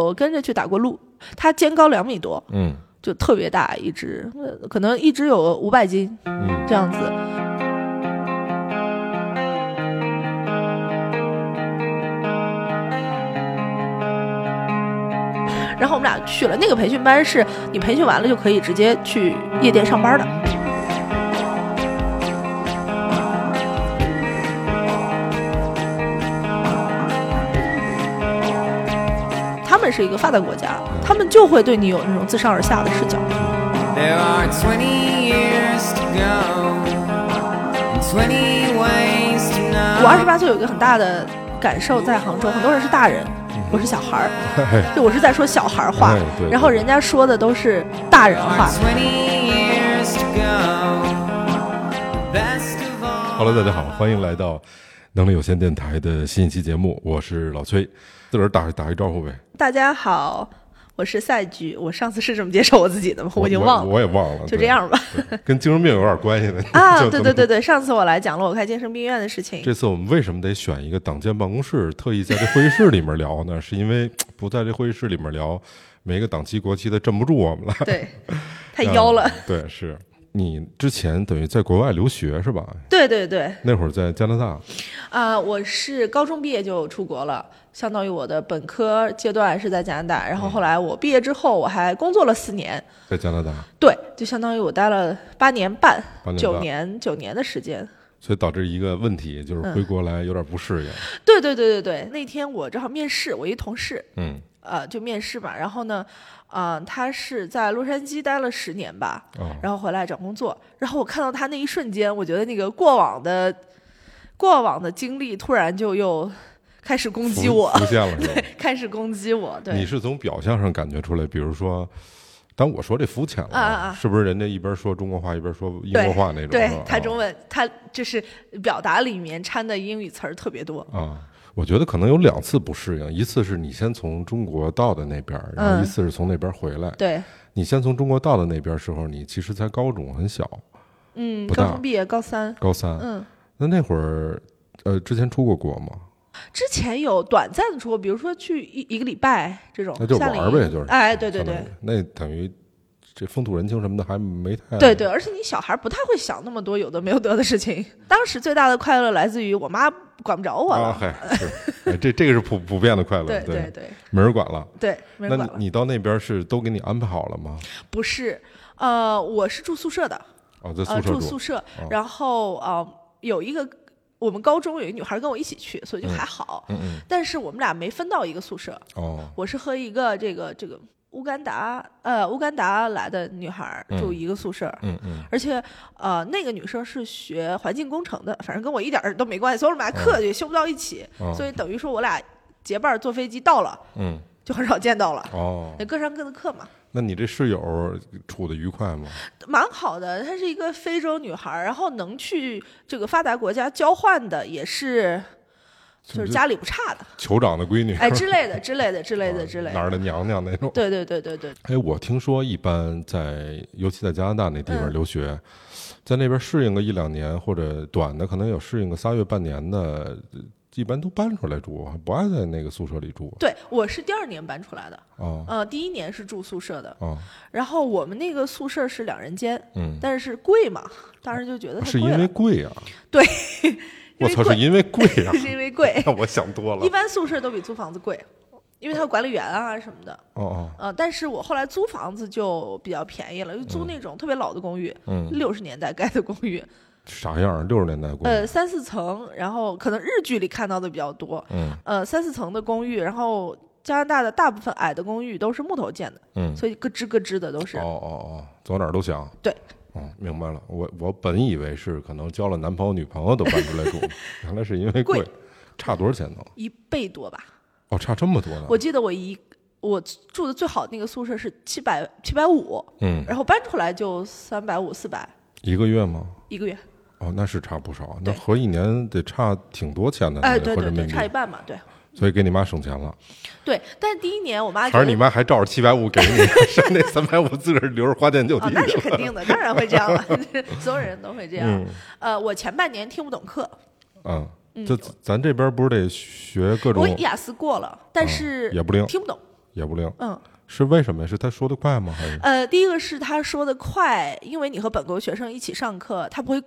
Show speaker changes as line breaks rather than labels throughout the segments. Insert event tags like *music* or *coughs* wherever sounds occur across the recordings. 我跟着去打过鹿，它肩高两米多，
嗯
就特别大一只，呃可能一只有五百斤
嗯， *laughs*
这样子。然后我们俩去了那个培训班，是你培训完了就可以直接去夜店上班的。他们是一个发达国家，他们就会对你有那种自上而下的视角。
There are 20 years to go, and 20 ways to know.
我二十八岁有一个很大的感受，在杭州，很多人是大人，我是小孩儿，就我是在说小孩儿话
嗯哎对，对哎
然后人家说的都是大人
There
话
are。20 years to go. The best of all.
Hello，大家好，欢迎来到能力有限电台的新一期节目，我是老崔，自个儿打打一招呼呗，
大家好，我是赛菊，我上次是这么介绍我自己的吗？我已经忘了，
我也忘了，
就这样吧。
对，跟精神病有点关系呢
啊，
*laughs*
对
就这么
对对对，上次我来讲了我开健身病院的事情。
这次我们为什么得选一个党建办公室，特意在这会议室里面聊呢？是因为不在这会议室里面聊，每个党旗国旗的镇不住我们了， *laughs*
对，太妖了。
嗯。对，是你之前等于在国外留学是吧？
对对对，
那会儿在加拿大，
啊、我是高中毕业就出国了，相当于我的本科阶段是在加拿大，然
嗯
后后来我毕业之后我还工作了四年，
在加拿大，
对，就相当于我待了八年半
八、年半
九年、九年的时间。
所以导致一个问题，就是
嗯
回国来有点不适应。
对对对对对，那天我正好面试，我一同事，
嗯
呃，就面试嘛。然后呢，啊、他是在洛杉矶待了十年吧，
哦
然后回来找工作。然后我看到他那一瞬间，我觉得那个过往的过往的经历突然就又开始攻
*laughs*
击
浮
我， *laughs*
浮现了是吧？
开始攻击我。
你
对，
是从表象上感觉出来，比如说，当我说这肤浅了，
啊啊啊
是不是人家一边说中国话一边说英
对
国话那种？
对
是吧
他
啊
中文，他就是表达里面掺的英语词儿特别多。
啊，我觉得可能有两次不适应，一次是你先从中国到的那边儿，然后
嗯
一次是从那边儿回来。
对，
你先从中国到的那边儿时候，你其实才高中，很小，
嗯，
不
高
大
中毕业，高三，
高三。
嗯。
那那会儿，呃，之前出过国吗？
之前有短暂的出国，比如说去一一个礼拜这种，
那就
夏
玩儿
令营
呗，就是。
哎，对对
相当
对
于，嗯那等于这风土人情什么的还没太
对对，而且你小孩不太会想那么多有的没有的的事情。 *laughs* 当时最大的快乐来自于我妈管不着我
啊，
了，
嗨，是哎这这个是普普遍的快乐，
对
对
对对
没人管了。
对，没人
那
管了。
你你到那边是都给你安排好了吗？
不是，呃，我是住宿舍的，
哦，在宿
呃，
舍
住
住
宿。舍
哦，
然后呃，有一个我们高中有一个女孩跟我一起去，所以就
嗯
还好。
嗯嗯。
但是我们俩没分到一个宿舍，
哦，
我是和一个这个这个乌干达呃乌干达来的女孩
嗯
住一个宿舍，
嗯嗯。
而且呃那个女生是学环境工程的，反正跟我一点儿都没关系，所以我
嗯
们俩课也修不到一起，
哦
所以等于说我俩结伴儿坐飞机到了
嗯。
就很少见到了，
哦
那，各上各的课嘛，
那你这室友处的愉快吗？
蛮好的。她是一个非洲女孩儿，然后能去这个发达国家交换的也是。就是家里不差
*laughs*
的，
酋长的闺女，啊
哎
*laughs*
之类的之类的之类的之类
哦哪
的，
儿的娘娘那种。
对对对对对，
哎，我听说一般在，尤其在加拿大那地方
嗯
留学，在那边适应个一两年，或者短的可能有适应个仨月半年的，一般都搬出来住，不爱在那个宿舍里住。
对我是第二年搬出来的，
啊
呃，第一年是住宿舍的，
啊，
然后我们那个宿舍是两人间，
嗯，
但是贵嘛，当时就觉得它
哦是因
贵
为
了，
贵啊。
*laughs* 对，
我操，是
因
因为贵
为
啊
贵！ *laughs* 是因为贵，
*laughs* 那我想多了
一。般宿舍都比租房子贵，因为它有管理员啊什么的。
哦哦，
呃，但是我后来租房子就比较便宜了，就租那种特别老的公寓，
嗯，哦
六十年代盖的公寓，
啥样啊儿？六十年代过。
呃，三四层，然后可能日剧里看到的比较多，
嗯
呃，三四层的公寓，然后加拿大的大部分矮的公寓都是木头建的，
嗯。
所以咯吱咯吱的都是。
哦哦哦，走哪儿都想。
对。
哦，明白了。我我本以为是可能交了男朋友女朋友都搬
*laughs*
出来住，原来是因为贵
贵。
差多少钱呢？
一倍多吧，
哦，差这么多呢。
我记得我一我住的最好的那个宿舍是七百七百五，
嗯，
然后搬出来就三百五、四百
一个月吗？
一个月，
哦，那是差不少，那
对
合一年得差挺多钱的呢，
哎，对
合
对
人
对，
民币
差。一啊半嘛，对
所以给你妈省钱了，
对。但是第一年我妈觉
还
得
是你妈还照着七百五
*laughs*
给你，剩那三百五自个儿留着花天酒
啊、
地
那
的。
是肯定的，当然会这样
*laughs*
了，所有人都会这样。
嗯
呃，我前半年听不懂课，
啊，
嗯
就咱这边不是得学各种
我
啊
雅思过了，但是
也不灵
听不懂，
也不灵，
嗯，
是为什么呀？是他说的快吗？还是
呃，第一个是他说的快，因为你和本国学生一起上课，他不会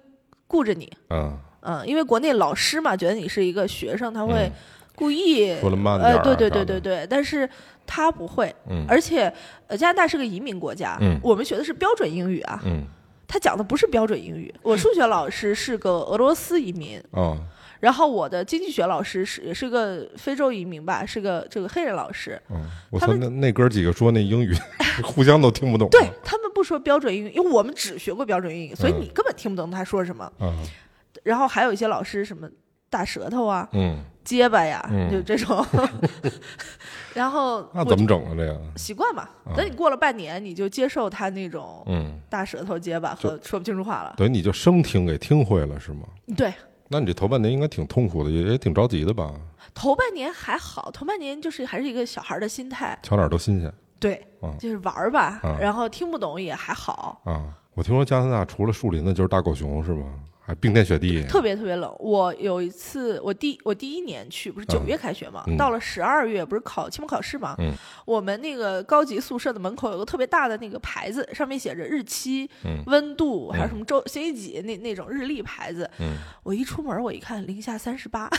顾着你，
嗯，
嗯，因为国内老师嘛，觉得你是一个学生，他会
嗯
故意，
说的慢点儿
呃，
啊？
对对
啥
对
的
对，对，但是他不会，
嗯
而且呃，加拿大是个移民国家，
嗯
我们学的是标准英语啊，
嗯
他讲的不是标准英语。我数学老师是个俄罗斯移民，
哦
然后我的经济学老师是也是个非洲移民吧，是个这个黑人老师，
嗯，我
他
操，
们
那那哥几个说那英语 *laughs* 互相都听不懂，啊
对他们不说标准英语，因为我们只学过标准英语，所以
嗯
你根本听不懂他说什么。
啊，
然后还有一些老师什么大舌头啊、
嗯，
结巴呀，
嗯
就这
*laughs*
种。 *laughs* 然后
那
我
怎
就
么整啊？这个，
习惯嘛？等你过了半年，你就接受他那种
嗯，
大舌头、结巴和说不清楚话了。
等于你就生听给听会了是吗？
对，
那你这头半年应该挺痛苦的，也也挺着急的吧？
头半年还好，头半年就是还是一个小孩儿的心态，
瞧哪儿都新鲜
对，
嗯
就是玩儿吧，
嗯
然后听不懂也还好。
啊！我听说加拿大除了树林子就是大狗熊是吗？还冰天雪地，
特别特别冷。我有一次，我第我第一年去，不是九月开学嘛，
嗯
到了十二月不是考期末考试嘛，
嗯
我们那个高级宿舍的门口有个特别大的那个牌子，上面写着日期、
嗯
温度，还有
嗯
什么周星期几那那种日历牌子。
嗯
我一出门，我一看零下三十
*laughs*
八，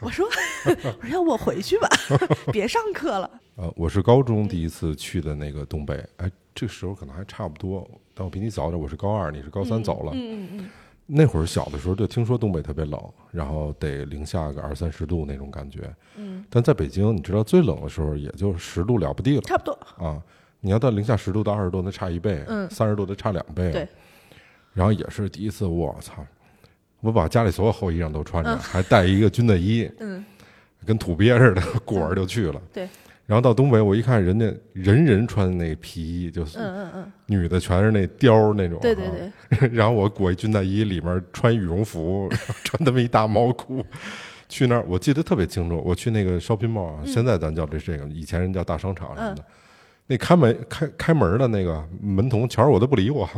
我说我说要不我回去吧， *laughs* 别上课了。
呃，我是高中第一次去的那个东北，哎，这个时候可能还差不多，但我比你早点，我是高二，你是高三走了。
嗯嗯嗯，
那会儿小的时候就听说东北特别冷，然后得零下个二三十度那种感觉。
嗯，
但在北京，你知道最冷的时候也就十度了不地了
差不多。
啊！你要到零下十度到二十度，那差一倍；啊
嗯
三十度那差两倍。啊
对。
然后也是第一次，我操！我把家里所有厚衣裳都穿着，还带一个军大衣，
嗯，
跟土鳖似的，裹着就去了。
对，
然后到东北，我一看人家人人穿那皮衣，就是
嗯嗯嗯，
女的全是那貂儿那种，
对对对。
*laughs* 对。然后我裹一军大衣，里面穿羽绒服， *laughs* 穿那么一大毛裤，去那儿我记得特别清楚。我去那个 shopping mall，啊、
嗯
现在咱叫这这个，以前人叫大商场什么的。那开门开开门的那个门童瞧着我都不理
*laughs*
我，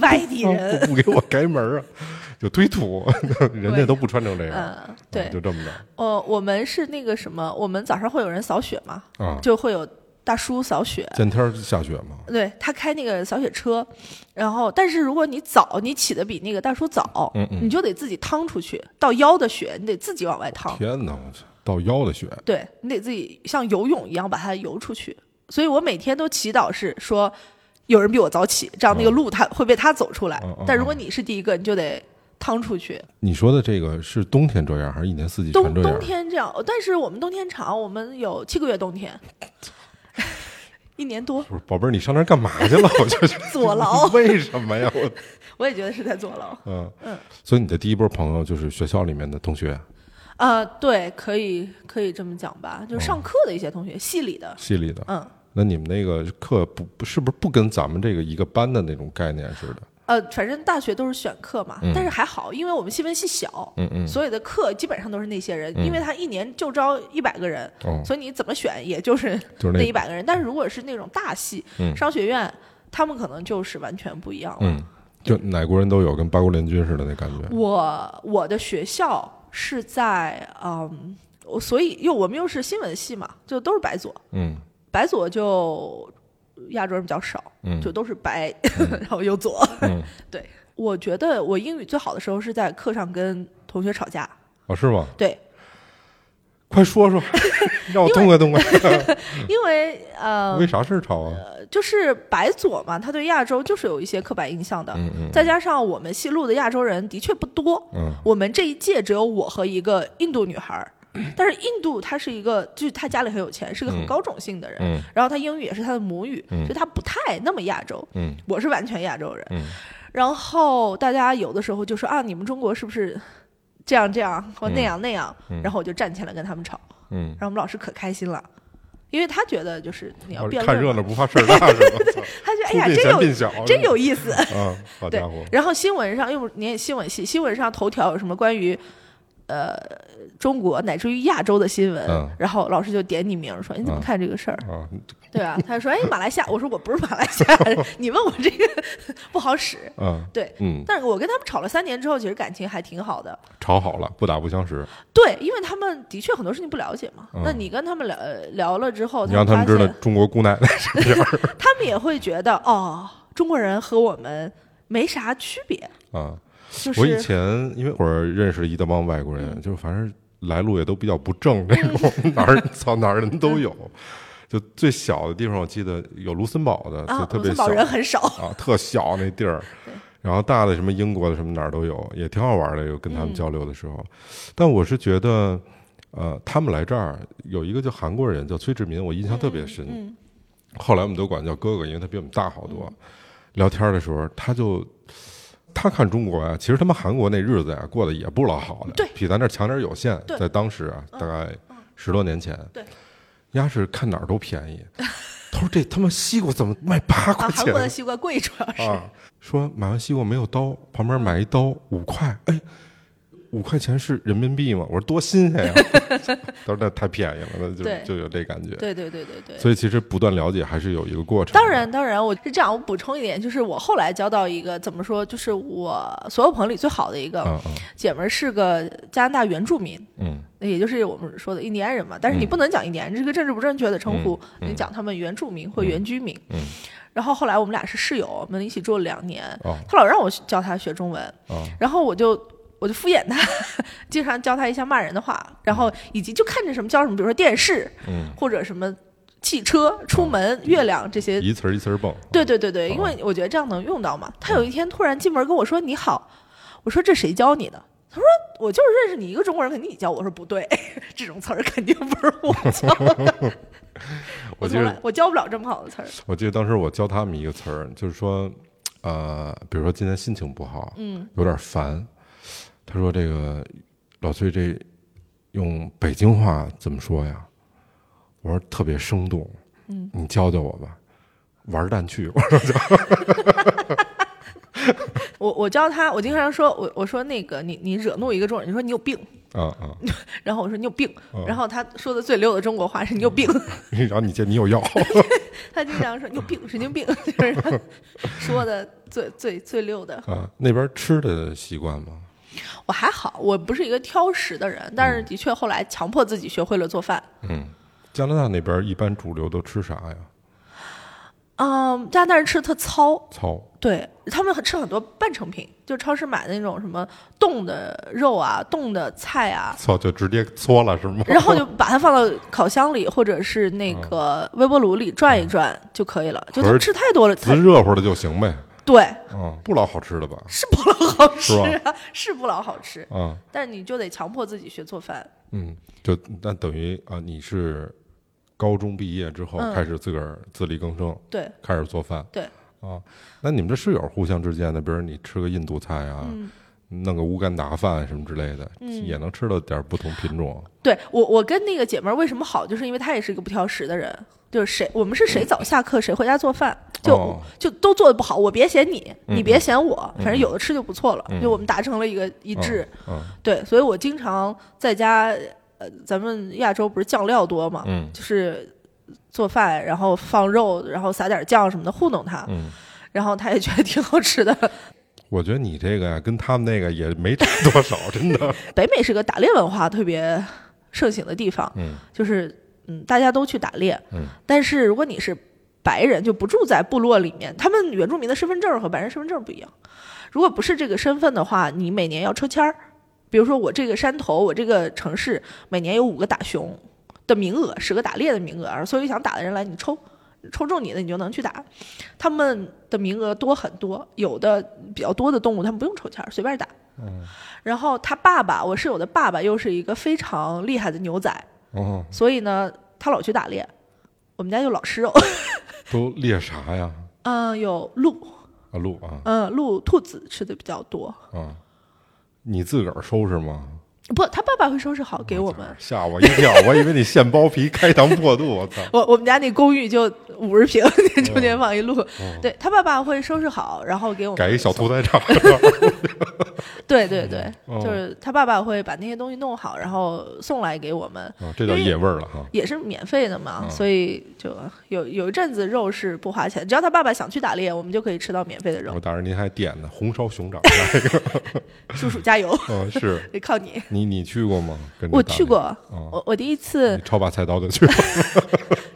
外地人。
*laughs* 不不给我开门啊，就推土， *laughs* 人家都不穿成这样，
嗯，对，
就这么着
呃，我们是那个什么，我们早上会有人扫雪嘛，
啊。
就会有大叔扫雪。
见天儿下雪嘛，
对他开那个扫雪车，然后但是如果你早，你起的比那个大叔早，
嗯嗯
你就得自己趟出去，到腰的雪你得自己往外趟，
天哪，我去到腰的雪，
对你得自己像游泳一样把它游出去。所以我每天都祈祷是说，有人比我早起，这样
啊
那个路他会被他走出来。
嗯嗯
但如果你是第一个，你就得趟出去。
你说的这个是冬天这样，还是一年四季
冬
全这样
冬？天这样，但是我们冬天长，我们有七个月冬天，一年多
不是，宝贝儿，你上那儿干嘛去了？我就是
*laughs* 坐牢
*laughs* 为什么呀？我
我也觉得是在坐牢。
嗯
嗯，
所以你的第一波朋友就是学校里面的同学，
啊，对，可以可以这么讲吧，就是
哦
上课的一些同学，系里的，
系里的。
嗯，
那你们那个课不不是不是不跟咱们这个一个班的那种概念似的？
呃，反正大学都是选课嘛，但是还好，因为我们新闻系小，
嗯嗯
所有的课基本上都是那些人，因为他一年就招一百个人，
哦
所以你怎么选也就是
就是那
一百个人。但是如果是那种大系，
嗯
商学院，他们可能就是完全不一样了。
嗯，就哪国人都有，跟八国联军似的那感觉。
我我的学校是在嗯，我所以又我们又是新闻系嘛，就都是白左，
嗯
白左就亚洲人比较少，
嗯
就都是白， *laughs* 然后又左。
嗯，
对，我觉得我英语最好的时候是在课上跟同学吵架，
哦，是吗？
对，
快
*laughs*
说说，让我痛快痛快。
因为呃
啊嗯为啥事儿吵啊？
就是白左嘛，他对亚洲就是有一些刻板印象的，
嗯嗯
再加上我们西路的亚洲人的确不多，
嗯
我们这一届只有我和一个印度女孩儿，
嗯
但是印度她是一个，就是她家里很有钱，是个很高种姓的人，
嗯
然后她英语也是她的母语，
嗯
所以她不太那么亚洲。
嗯
我是完全亚洲人，
嗯
然后大家有的时候就说啊，你们中国是不是这样这样或那样那样？然后我就站起来跟他们吵，
嗯，
然后我们老师可开心了，因为他觉得就是你要
哦
辩
看热
论
闹
嘛，
不怕事儿大是吧？
他觉得哎呀，
出殡
真
前
有
殡小，
真有意思。
啊！好
对
家伙，，
然后新闻上，又不是你也新闻系，新闻上头条有什么关于呃中国乃至于亚洲的新闻，
嗯
然后老师就点你名儿说你怎么
嗯
看这个事儿，
啊，
对吧？他就说哎马来西亚，我说我不是马来西亚人，你问我这个 *laughs* 不好使，
啊，
对。
嗯，
但是我跟他们吵了三年之后，其实感情还挺好的。
吵好了，不打不相识。
对，因为他们的确很多事情不了解嘛。
嗯
那你跟他们聊聊了之后，
你让他们
发
知道
现
中国姑奶奶什么样儿
他们也会觉得哦，中国人和我们没啥区别，
啊！
就
我以
是嗯
前因为我认识一大帮外国人，就是反正来路也都比较不正那种， *laughs* 哪儿操哪儿人都
嗯
有。就最小的地方，我记得有卢森堡的，就
啊，
特
卢
别
森
小
堡人很少，
啊，特小那地儿。然后大的什么英国的什么哪儿都有，也挺好玩的。有跟他们交流的时候，但我是觉得，呃，他们来这儿有一个叫韩国人叫崔志民，我印象特别深。
嗯
后来我们都管他叫哥哥，因为他比我们大好多。聊天的时候，他就他看中国啊，其实他们韩国那日子呀、啊过得也不老好的，
对
比咱这儿强点儿有限。
对嗯
在当时啊，大概十多年前，
对，
丫是看哪儿都便宜。他说：“这他妈西瓜怎么卖八块
*laughs* 啊，韩
钱
国
*laughs*
的西瓜贵主要是，
啊？”说买完西瓜没有刀，旁边买一刀五块，哎，五块钱是人民币吗？我说多
*laughs*
新鲜呀！他说那太便宜了，那
对
就就有这感觉。
对对对对对。
所以其实不断了解还是有一个过程。
当，然，当然，我是这样。我补充一点，就是我后来交到一个怎么说，就是我所有朋友里最好的一个
啊啊，
姐们儿，是个加拿大原住民，
嗯
也就是我们说的印第安人嘛。但是你
嗯
不能讲印第安人，这是个政治不正确的称呼，
嗯嗯
你讲他们原住民或原居民。
嗯
然后后来我们俩是室友，我们一起住了两年。
哦
他老让我去教他学中文，
哦
然后我就我就敷衍他， *laughs* 经常教他一些骂人的话，然后以及就看着什么教什么，比如说电视
嗯，哦
或者什么汽车、出门、月亮这些。
一词儿一词儿蹦。
对对对对，
哦嗯
因为我觉得这样能用到嘛。他有一天突然进门跟我说：“你好。”我说：“这谁教你的？”他说：“我就是认识你一个中国人，肯定你教。”我说：“不对， *laughs* 这种词儿肯定不是我教的，
*laughs*
我
我记
从来
得，
我教不了这么好的词儿。
我记得当时我教他们一个词儿，就是说，呃，比如说今天心情不好，嗯，有点烦。他说这个老崔这用北京话怎么说呀？我说特别生动，嗯，你教教我吧。玩蛋去！
*laughs*
我说
我我教他，我经常说，我我说那个你你惹怒一个中国人，你说你有病，
啊啊！ *laughs*
然后我说你有病，然后他说的最溜的中国话是你有病， *laughs*
然后你见你有药， *laughs*
他经常说你有病，神经病， *laughs* 就是他说的最最最溜的。
啊，那边吃的习惯吗？
我还好，我不是一个挑食的人，但是的确后来强迫自己学会了做饭。
嗯，加拿大那边一般主流都吃啥呀？
嗯，加拿大人吃的特糙，
糙，
对他们吃很多半成品，就超市买的那种什么冻的肉啊、冻的菜啊，
操，就直接搓了是吗？
然
*laughs*
后就把它放到烤箱里或者是那个微波炉里转一转就可以了。就他们吃太多了，
滋
才
热乎的就行呗。
对
嗯，不老好吃的吧？
是不老好吃
*laughs* 是
啊，是不老好吃。
啊，
但是你就得强迫自己学做饭。
嗯，就那等于啊，你是高中毕业之后
嗯
开始自个儿自力更生，
对
开始做饭
对，
啊。那你们这室友互相之间的，比如你吃个印度菜啊，
嗯
弄个乌干达饭什么之类的，也能吃到点儿不同品种。
对我我跟那个姐们儿为什么好，就是因为她也是一个不挑食的人。就是谁，我们是谁早下课谁回家做饭， *laughs* 就、
哦
就都做的不好，我别嫌你，你别嫌我，反正有的吃就不错了。
嗯
就我们达成了一个一
一
致，，
嗯
对，所以我经常在家，呃，咱们亚洲不是酱料多嘛，
嗯
就是做饭，然后放肉，然后撒点酱什么的糊弄他，
嗯。
然后他也觉得挺好吃的。
我觉得你这个呀，跟他们那个也没差多少，真
*laughs*
的。
北美是个打猎文化特别盛行的地方，
嗯
就是嗯，大家都去打猎，
嗯
但是如果你是白人，就不住在部落里面，他们原住民的身份证和白人身份证不一样。如果不是这个身份的话，你每年要抽签儿。比如说我这个山头，我这个城市每年有五个打熊的名额，十个打猎的名额，所有想打的人来你抽，抽中你的你就能去打。他们的名额多很多，有的比较多的动物他们不用抽签儿，随便打。然后他爸爸，我室友的爸爸又是一个非常厉害的牛仔，
哦，
所以呢，他老去打猎。我们家就老吃 *laughs* 肉，
都猎啥呀？
嗯，有鹿，
啊，鹿啊
嗯，鹿、兔子吃的比较多。
啊！你自个儿收拾吗？
不，他爸爸会收拾好给我们。
吓我一跳，我以为你现剥皮开膛破肚，我操！
我我们家那公寓就五十
*laughs*
平，中间
哦
哦放一鹿。对他爸爸会收拾好，然后给我们 *laughs*
改一小
送
屠宰场，
对对对，
哦
就是他爸爸会把那些东西弄好，然后送来给我们，
啊，这叫野味儿了哈。
也是免费的嘛，
嗯
所以就有有一阵子肉是不花钱，只要他爸爸想去打猎，我们就可以吃到免费的
然
肉
后。当然您还点的红烧
*laughs*
熊掌 *laughs* 来一个，
叔叔加油， *laughs*
嗯，是
得靠你。
你你去过吗？跟着
我
大
去
力，
过，
嗯
我我第一次
你超把菜刀的去了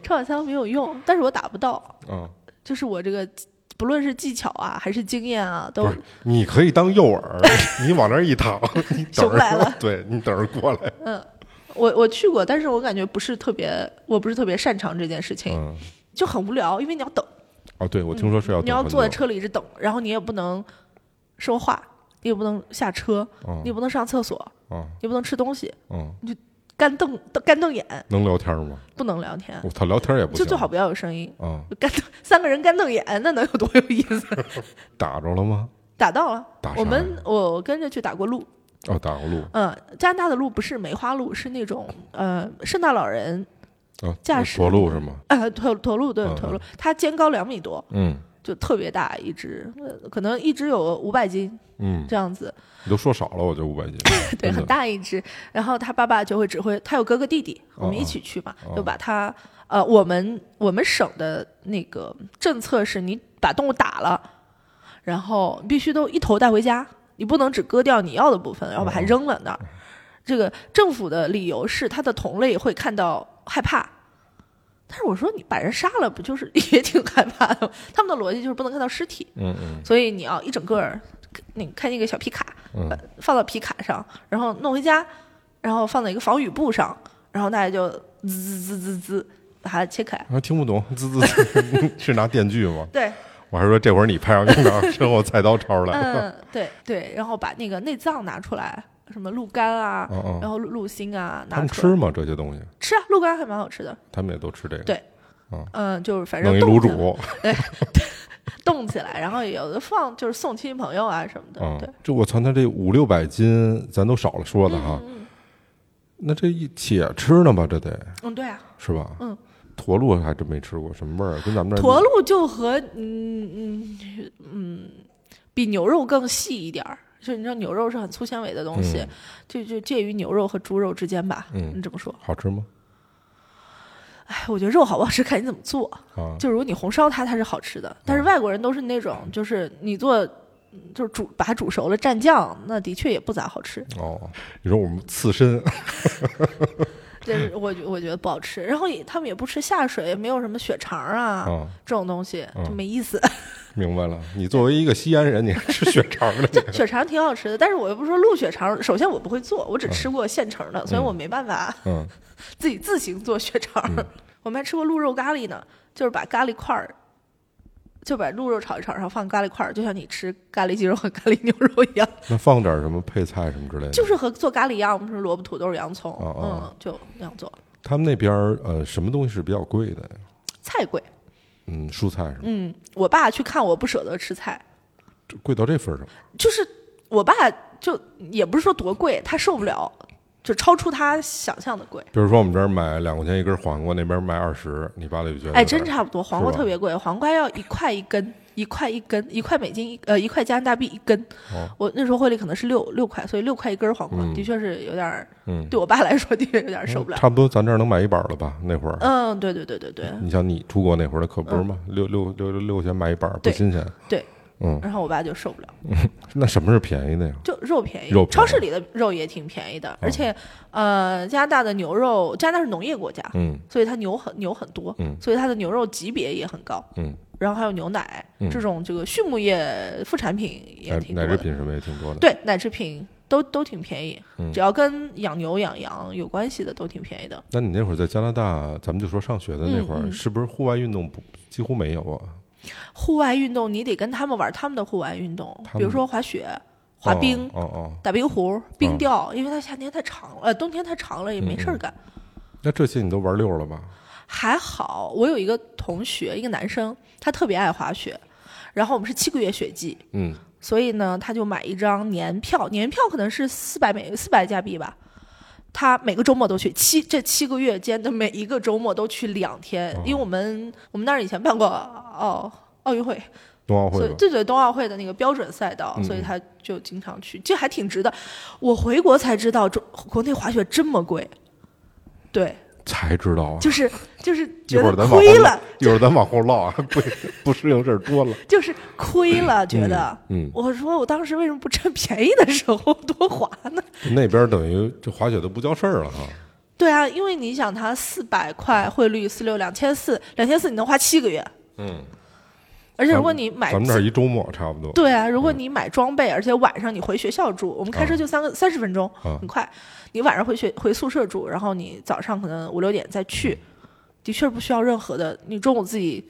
超晚餐没有用，但是我打不到，
啊，
就是我这个不论是技巧啊还是经验啊，都
不是，你可以当诱饵，你往那儿一
*laughs*
躺，你等
熊来
着
了，
对你等着过来，
我我去过，但是我感觉不是特别，我不是特别擅长这件事情，
嗯，
就很无聊，因为你要等，
哦，对，我听说是要
你要
等很
坐在
久，
车里一直等，然后你也不能说话，你也不能下车，
嗯
你也不能上厕所，
啊，
你也不能吃东西，
嗯，
干瞪干瞪眼，
能聊天吗？
不能聊天，
我操，聊天也不
就
行，
最好不要有声音。
啊，
干瞪三个人干瞪眼，那能有多有意思？
打着了吗？
打到了
打，啥
我们我跟着去打过鹿，
哦，打过路，
嗯，加拿大的鹿不是梅花鹿，是那种呃圣诞老人，
啊，
驾驶
驼鹿是吗？
呃驼驼鹿对
嗯嗯
驼鹿，它肩高两米多，
嗯
就特别大一只，呃可能一只有五百斤
嗯，
这样子，，
你都说少了，我就五百斤
*laughs* 对，
真的
很大一只。然后他爸爸就会指挥，他有哥哥弟弟，我们
哦
一起去嘛，
哦
就把他呃，我们我们省的那个政策是你把动物打了，然后必须都一头带回家，你不能只割掉你要的部分，然后把它
哦
扔了那儿。这个政府的理由是他的同类会看到害怕。但是我说你把人杀了，不就是也挺害怕的吗？他们的逻辑就是不能看到尸体，
嗯嗯
所以你要一整个儿，你开那个小皮卡，
嗯，
放到皮卡上，然后弄回家，然后放在一个防雨布上，然后大家就滋滋滋滋滋把它切开。
还啊听不懂，滋滋滋， *laughs* 是拿电锯吗？
对，
我还说这会儿你拍上去 *laughs* 呢，身后菜刀抄出来了， *laughs*
嗯，对对，然后把那个内脏拿出来，什么鹿肝啊，
哦哦
然后鹿鹿心啊，
他
拿
们
出来
吃吗？这些东西，
吃啊，鹿肝还蛮好吃的。
他们也都吃这个，
对嗯，就是反
弄
正冻
一卤
起来， *laughs*
煮，
冻起来，然后有的放就是送亲戚朋友啊什么的。
啊
对，，
这我操，他这五六百斤，咱都少了说的哈，那这一且吃呢吧，这得
嗯，对啊，
是吧？
嗯，
驼鹿还真没吃过，什么味儿？啊跟咱们这儿
驼鹿就和嗯嗯嗯，比牛肉更细一点儿。就是你知道牛肉是很粗纤维的东西，
嗯
就就介于牛肉和猪肉之间吧。
嗯
你这么说，
好吃吗？
哎，我觉得肉好不好吃看你怎么做。 *laughs*
啊，
就如果你红烧它，它是好吃的。但是外国人都是那种，就是你做，就是煮把它煮熟了蘸酱，那的确也不咋好吃。
哦，你说我们刺身，
这是我觉我觉得不好吃。然后也他们也不吃下水，也没有什么血肠啊、
啊，
这种东西，就
嗯
没意思。 *laughs*
明白了。你作为一个西安人，你还吃血肠
*laughs*
的，
这血肠挺好吃的，但是我又不是说鹿血肠，首先我不会做，我只吃过现成的，所以我没办法
嗯，
自己自行做血肠。 *laughs* 我们还吃过鹿肉咖喱呢，就是把咖喱块儿，就把鹿肉炒一炒，然后放咖喱块儿，就像你吃咖喱鸡肉和咖喱牛肉一样，
那放点什么配菜什么之类的。
就是和做咖喱一样，我们是萝卜、土豆、洋葱，
哦哦
嗯，就那样做。
他们那边儿呃，什么东西是比较贵的呀？
菜贵，
嗯，蔬菜什么，
嗯，我爸去看我不舍得吃菜，
这贵到这份儿上。
就是我爸就也不是说多贵，他受不了，就超出他想象的贵。
比如说我们这儿买两块钱一根黄瓜，那边卖二十，你爸就觉得
哎，真差不多，黄瓜
吧
特别贵，黄瓜要一块一根，一块一根，一块美金一呃一块加拿大币一根。
哦
我那时候汇率可能是六六块，所以六块一根黄瓜、的确是有点儿，
嗯
对我爸来说的确有点儿受不了。
差不多，咱这儿能买一板了吧？那会儿，
嗯，对对对对对
你像你出国那会儿，可不是嘛，六六六六六块钱买一板儿不
对
新鲜。
对，
嗯，
然后我爸就受不了，
那什么是便宜的呀？
就肉便宜，
肉便宜
超
哦
市里的肉也挺便宜的，而且呃，加拿大的牛肉，加拿大是农业国家，
嗯
所以它牛很牛很多，
嗯
所以它的牛肉级别也很高。
嗯，
然后还有牛奶、
嗯
这种这个畜牧业副产品也
奶
挺多
奶
的。
制哎品什么也挺多的。
对，奶制品都都挺便宜，
嗯
只要跟养牛养羊有关系的都挺便宜的。
那你那会儿在加拿大，咱们就说上学的那会儿，
嗯嗯
是不是户外运动不几乎没有啊？
户外运动你得跟他们玩他们的户外运动
他，
比如
们
说滑雪、滑冰、
哦哦
打冰壶、冰
嗯
钓，因为它夏天太长了，呃，冬天太长了也没事儿干。
哦，那这些你都玩溜了吧？
还好我有一个同学，一个男生，他特别爱滑雪，然后我们是七个月雪季，
嗯，
所以呢，他就买一张年票，年票可能是四百美四百加币吧。他每个周末都去，七这七个月间的每一哦个周末都去两天，因为我们我们那儿以前办过奥奥运会，
冬奥会
所以
吧？
这就是冬奥会的那个标准赛道，所以他就经常去，这还挺值的。我回国才知道，中国内滑雪这么贵，对，
才知道啊！
就是就是
一
觉
会
得
儿咱往
亏
后
了，
一会儿咱往后唠啊， *laughs* 不不适应事儿
*laughs*
多了。
就是亏了，觉得，
嗯嗯
我说我当时为什么不趁便宜的时候多滑呢？ *laughs*
那边等于这滑雪都不叫事儿了哈。
对啊，因为你想，它四百块汇率四六两千四，两千四你能花七个月，
嗯，
而且如果你买
咱们这儿
自
一周末差不多。
对啊，如果你买装备，而且晚上你回学校住，我们开车就三个三十分钟，
啊
很快。你晚上回学回宿舍住，然后你早上可能五六点再去，的确不需要任何的，你中午自己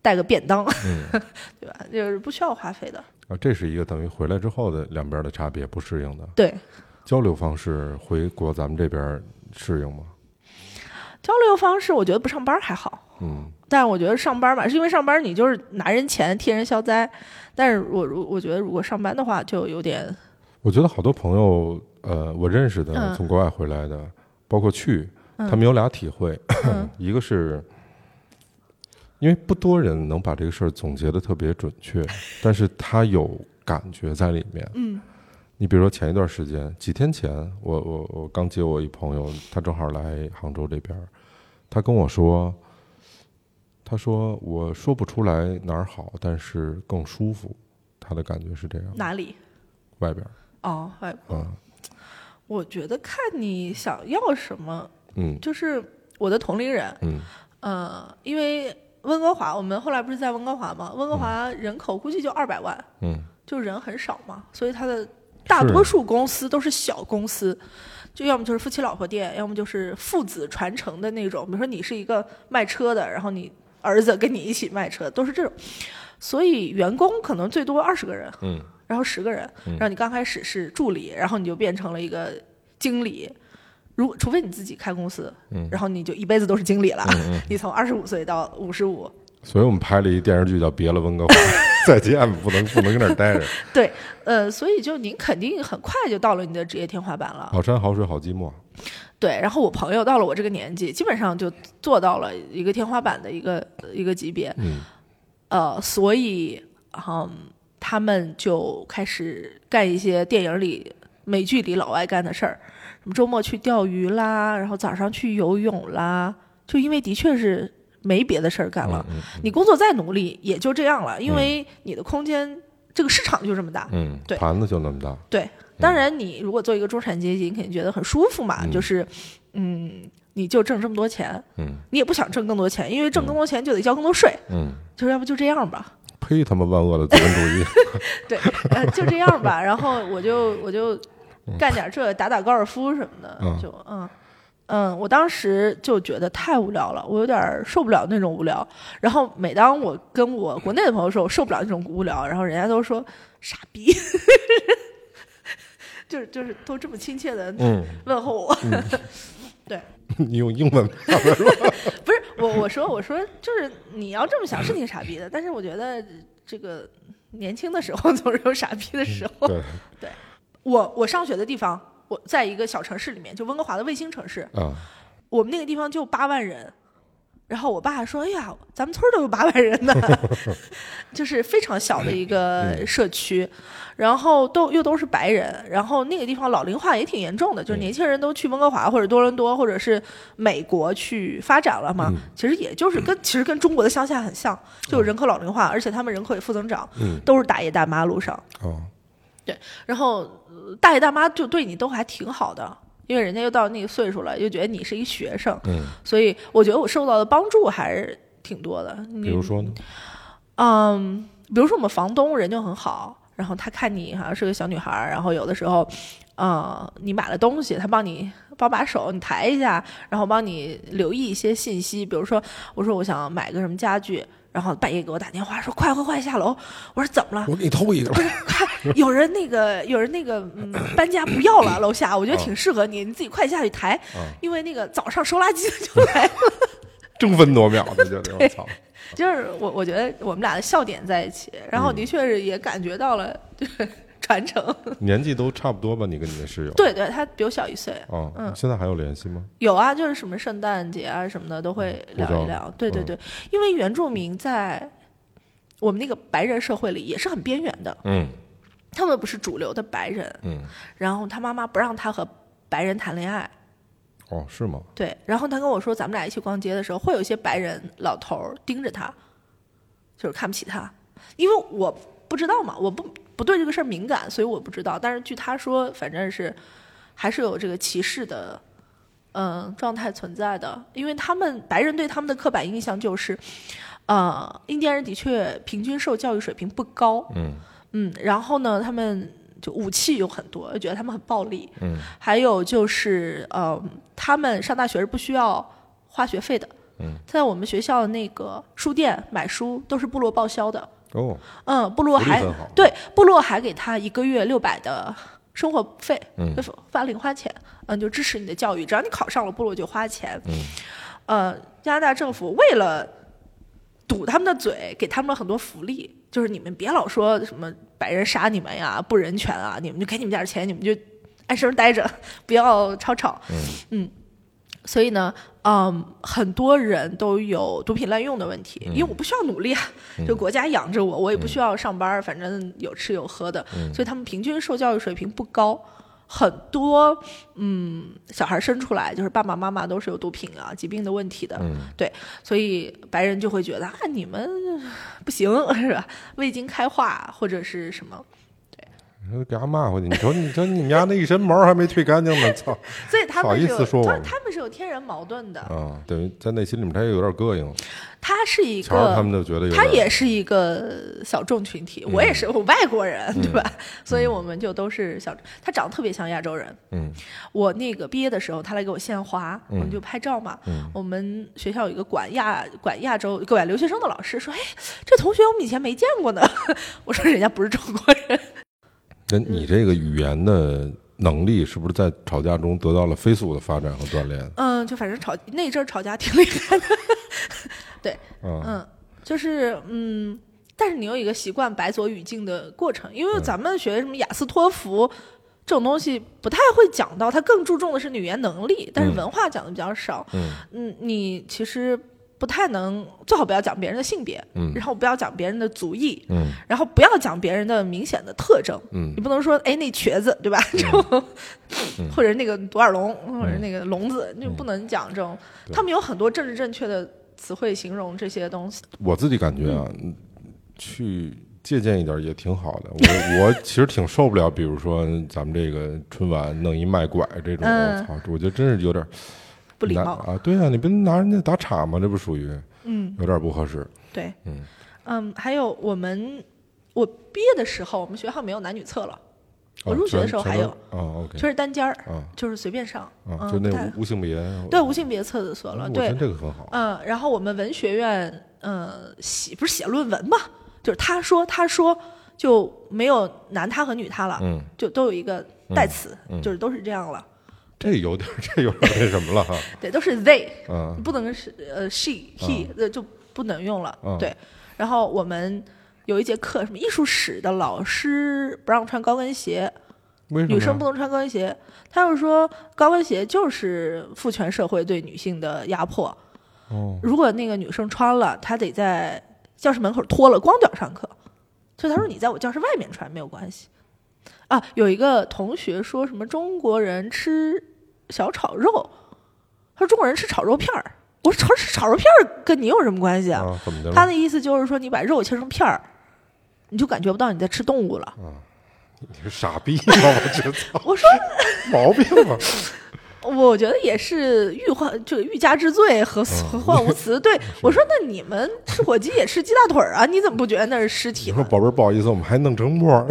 带个便当， *laughs* 对吧？就是不需要花费的。
啊，这是一个等于回来之后的两边的差别，不适应的
对，
交流方式。回国咱们这边适应吗？
交流方式我觉得不上班还好，
嗯，
但我觉得上班嘛，是因为上班你就是拿人钱替人消灾，但是我如我觉得如果上班的话就有点
我觉得好多朋友，呃，我认识的
嗯
从国外回来的，包括去，
嗯
他们有俩体会，
嗯
*coughs* 一个是。因为不多人能把这个事儿总结的特别准
*laughs*
确，但是他有感觉在里面。
嗯
你比如说前一段时间，几天前，我我我刚接我一朋友，他正好来杭州这边儿，他跟我说，他说我说不出来哪儿好，但是更舒服，他的感觉是这样，
哪里
外边儿，
哦，哎，
嗯
我觉得看你想要什么。
嗯
就是我的同龄人，
嗯
呃，因为温哥华，我们后来不是在温哥华吗？温哥华人口估计就二百万，
嗯，
就人很少嘛，所以它的大多数公司都是小公司，就要么就是夫妻老婆店，要么就是父子传承的那种。比如说你是一个卖车的，然后你儿子跟你一起卖车，都是这种。所以员工可能最多二十个人，
嗯，
然后十个人，然后你刚开始是助理，然后你就变成了一个经理。如果除非你自己开公司，
嗯
然后你就一辈子都是经理了， *laughs* 你从二十五岁到五十五，
所以我们拍了一电视剧叫《别了温哥华》， *laughs* 再见吧，不能不能跟那儿待着，
对，呃，所以就您肯定很快就到了你的职业天花板了。
好山好水好寂寞，
对，然后我朋友到了我这个年纪，基本上就做到了一个天花板的一个一个级别，
嗯
呃，所以嗯，他们就开始干一些电影里、美剧里老外干的事儿，什么周末去钓鱼啦，然后早上去游泳啦，就因为的确是没别的事儿干了，
嗯
你工作再努力也就这样了，因为你的空间，这个市场就这么大，
嗯，
对
盘子就那么大，
对，当然你如果做一个中产阶级，你肯定觉得很舒服嘛，就是，嗯，你就挣这么多钱，
嗯
你也不想挣更多钱，因为挣更多钱就得交更多税，
嗯，
就是要不就这样吧，
呸，他妈万恶的资本主义，
对，呃，就这样
*laughs*
吧。然后我就我就干点这，打打高尔夫什么的，
嗯
就嗯。嗯，我当时就觉得太无聊了，我有点儿受不了那种无聊。然后每当我跟我国内的朋友说我受不了那种无聊，然后人家都说傻逼， *laughs* 就是就是都这么亲切的
*laughs* 嗯，
问候我。
*laughs* 你用英文表达
不是我，我说我说就是你要这么想是挺傻逼的，但是我觉得这个年轻的时候 *laughs* 总是有傻逼的时候。
对
我我上学的地方，我在一个小城市里面，就温哥华的卫星城市，
啊。
我们那个地方就八万人。然后我爸还说：“哎呀，咱们村儿都有八万人呢，就是非常小的一个社区，然后都又都是白人，然后那个地方老龄化也挺严重的，就是年轻人都去温哥华或者多伦多或者是美国去发展了嘛。其实也就是跟其实跟中国的乡下很像，就有人口老龄化，而且他们人口也负增长，
嗯
都是大爷大妈路上。
哦，
然后呃大爷大妈就对你都还挺好的，因为人家又到那个岁数了，又觉得你是一学生，
嗯，
所以我觉得我受到的帮助还是挺多的。
比
比
如，说呢？
嗯，比如说我们房东人就很好，然后他看你好像是个小女孩儿，然后有的时候，呃，你买了东西，他帮你帮把手，你抬一下，然后帮你留意一些信息，比如说我说我想买个什么家具。然后半夜给我打电话说快快快下楼，我说怎么了？ *laughs*
我给你偷一个吧。 *laughs*
快，有人那个有人那个嗯搬家不要了，楼下我觉得挺适合你，你自己快下去抬，因为那个早上收垃圾的就来了。
争分夺秒的，就是我操，
就是我我觉得我们俩的笑点在一起，然后的确是也感觉到了就是 *laughs* 传承。
年纪都差不多吧？你跟你的室友
对对，他比我小一岁，
啊，现在还有联系吗？
有啊，就是什么圣嗯诞节啊什么的都会聊一聊。对对对，因为原住民在。我们那个白人社会里也是很边缘的，
嗯
他们不是主流的白人，
嗯，
然后他妈妈不让他和白人谈恋爱，
哦，是吗？
对，然后他跟我说，咱们俩一起逛街的时候，会有一些白人老头儿盯着他，就是看不起他，因为我不知道嘛，我不不对这个事儿敏感，所以我不知道。但是据他说，反正是还是有这个歧视的，嗯，状态存在的，因为他们白人对他们的刻板印象就是，呃，印第安人的确平均受教育水平不高，
嗯
嗯，然后呢，他们就武器有很多，觉得他们很暴力。
嗯，
还有就是，呃，他们上大学是不需要花学费的。
嗯，
在我们学校的那个书店买书都是部落报销的。
哦，
嗯，部落
福利
还
很好
对部落还给他一个月六百的生活费，
嗯
就发零花钱，嗯，就支持你的教育，只要你考上了，部落就花钱。
嗯，
呃，加拿大政府为了堵他们的嘴，给他们了很多福利，就是你们别老说什么白人杀你们呀，不人权啊，你们就给你们点儿钱，你们就安生待着，不要吵吵。嗯所以呢，嗯，很多人都有毒品滥用的问题，
嗯
因为我不需要努力啊，就国家养着我，我也不需要上班，反正有吃有喝的，
嗯
所以他们平均受教育水平不高。很多嗯，小孩生出来就是爸爸妈妈都是有毒品啊、疾病的问题的，
嗯
对，所以白人就会觉得啊，你们不行 *laughs* 是吧？未经开化或者是什么，
给他骂回去。你瞅，你瞅，你们家那一身毛还没退干净呢，操！
所以他
好
们
意
是
思
有，
说我
他
们
他们是有天然矛盾的。
啊，等于在内心里面他也有点膈应，
他是一
瞧着
个
他们就觉得有点。
他也是一个小众群体，我也是我外国人，对吧？所以我们就都是小。他长得特别像亚洲人。
嗯，
我那个毕业的时候，他来给我献花，我们就拍照嘛。
嗯
我们学校有一个管亚管亚洲管留学生的老师说：“哎，这同学我们以前没见过呢。” *laughs* 我说：“人家不是中国人。
那你这个语言的能力是不是在吵架中得到了飞速的发展和锻炼”
嗯，就反正吵那阵儿吵架挺厉害的。对，
啊？
嗯，就是嗯，但是你有一个习惯白左语境的过程，因
嗯
为咱们学什么雅思托福这种东西不太会讲到，它更注重的是语言能力，但是文化讲的比较少。
嗯
嗯，你其实不太能，最好不要讲别人的性别，
嗯
然后不要讲别人的族裔，
嗯
然后不要讲别人的明显的特征，
嗯
你不能说哎那瘸子对吧， *laughs* 这种，嗯
嗯
或者那个独耳龙，或者那个聋子，你就不能讲这种。他们有很多政治正确的词汇形容这些东西，
我自己感觉啊，
嗯
去借鉴一点也挺好的。我我其实挺受不了，比如说咱们这个春晚弄一卖拐这种，我
嗯
操，我觉得真是有点
不礼
拿
貌。
啊！对啊，你不拿人家打岔吗？这不属于
嗯，
有点不合适。
对，
嗯
嗯，还有我们我毕业的时候，我们学校没有男女厕了，我
啊
入学的时候
全
还
全
有
都啊，OK
全是单间儿，
啊
就是随便上，
啊，
嗯
就那
不太
无无性别
对无性别厕所了，
我
对
觉得，这个很好。
嗯，然后我们文学院，嗯，写不是写论文嘛，就是他说他说就没有男他和女他了，
嗯，
就都有一个代词，就是都是这样了，
这有点这有点那什么了哈。
对，都是 they，
啊
不能是呃 she he 的、就不能用了，
嗯
对。然后我们有一节课，什么艺术史的老师不让穿高跟鞋，
为什么呀
女生不能穿高跟鞋，他就说高跟鞋就是父权社会对女性的压迫，
哦
如果那个女生穿了，她得在教室门口脱了光脚上课。所以她说你在我教室外面穿没有关系。啊，有一个同学说什么中国人吃小炒肉，他说中国人吃炒肉片儿。我说炒吃炒肉片儿跟你有什么关系啊？
啊怎么的
他
了？
的意思就是说你把肉切成片儿，你就感觉不到你在吃动物了。
你是傻逼吗？我觉得
我说
毛病
*laughs*
吧。
我觉得也是欲患这个欲加之罪，何何患无辞？对我说，那你们吃火鸡也吃鸡大腿儿啊？你怎么不觉得那是尸体
你
呢？
说宝贝儿，不好意思，我们还弄成沫儿，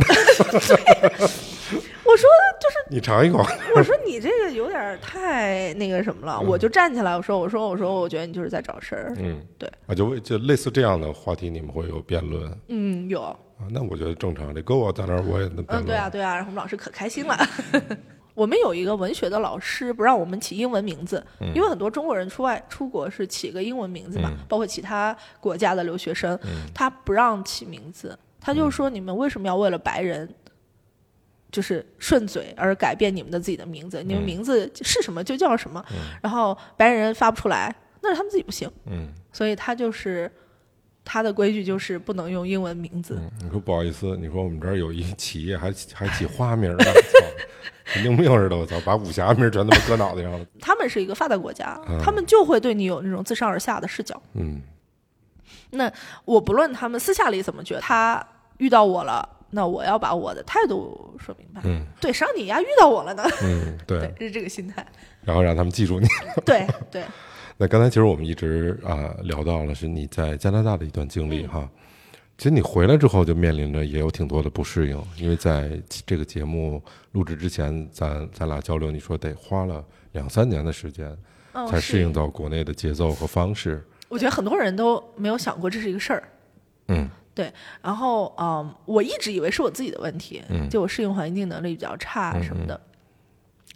我说就是，
你尝一口。 *laughs* 啊
我说你这个有点儿太那个什么了，我就站起来，我说，我说，我说，我觉得你就是在找事儿。
嗯，
对，
啊，就为就类似这样的话题，你们会有辩论
嗯，有，
啊？那我觉得正常，这搁我在那儿我也能辩论。
嗯，对啊，，对啊，然后我们老师可开心了。 *laughs* 我们有一个文学的老师不让我们起英文名字，因为很多中国人出外出国是起个英文名字嘛，包括其他国家的留学生，他不让起名字，他就说你们为什么要为了白人，就是顺嘴而改变你们的自己的名字？你们名字是什么就叫什么，然后白人发不出来，那是他们自己不行，
嗯
所以他就是它的规矩就是不能用英文名字。
你说不好意思，你说我们这儿有一企业还起还起花名儿呢，操， *laughs* 神经病似的，我操，把武侠名儿全他妈搁脑袋上了。
他们是一个发达国家
嗯，
他们就会对你有那种自上而下的视角。
嗯，
那我不论他们私下里怎么觉得，他遇到我了，那我要把我的态度说明白。
嗯
对，谁让你丫遇到我了呢？ *laughs*
嗯，对
对，，是这个心态。
然后让他们记住你。
对对，
那刚才其实我们一直啊、聊到了是你在加拿大的一段经
嗯
历哈，其实你回来之后就面临着也有挺多的不适应，因为在这个节目录制之前，咱咱俩交流，你说得花了两三年的时间
嗯，
才
是
适应到国内的节奏和方式。
我觉得很多人都没有想过这是一个事儿。
嗯
对，然后嗯，我一直以为是我自己的问题，
嗯
就我适应环境能力比较差什么的。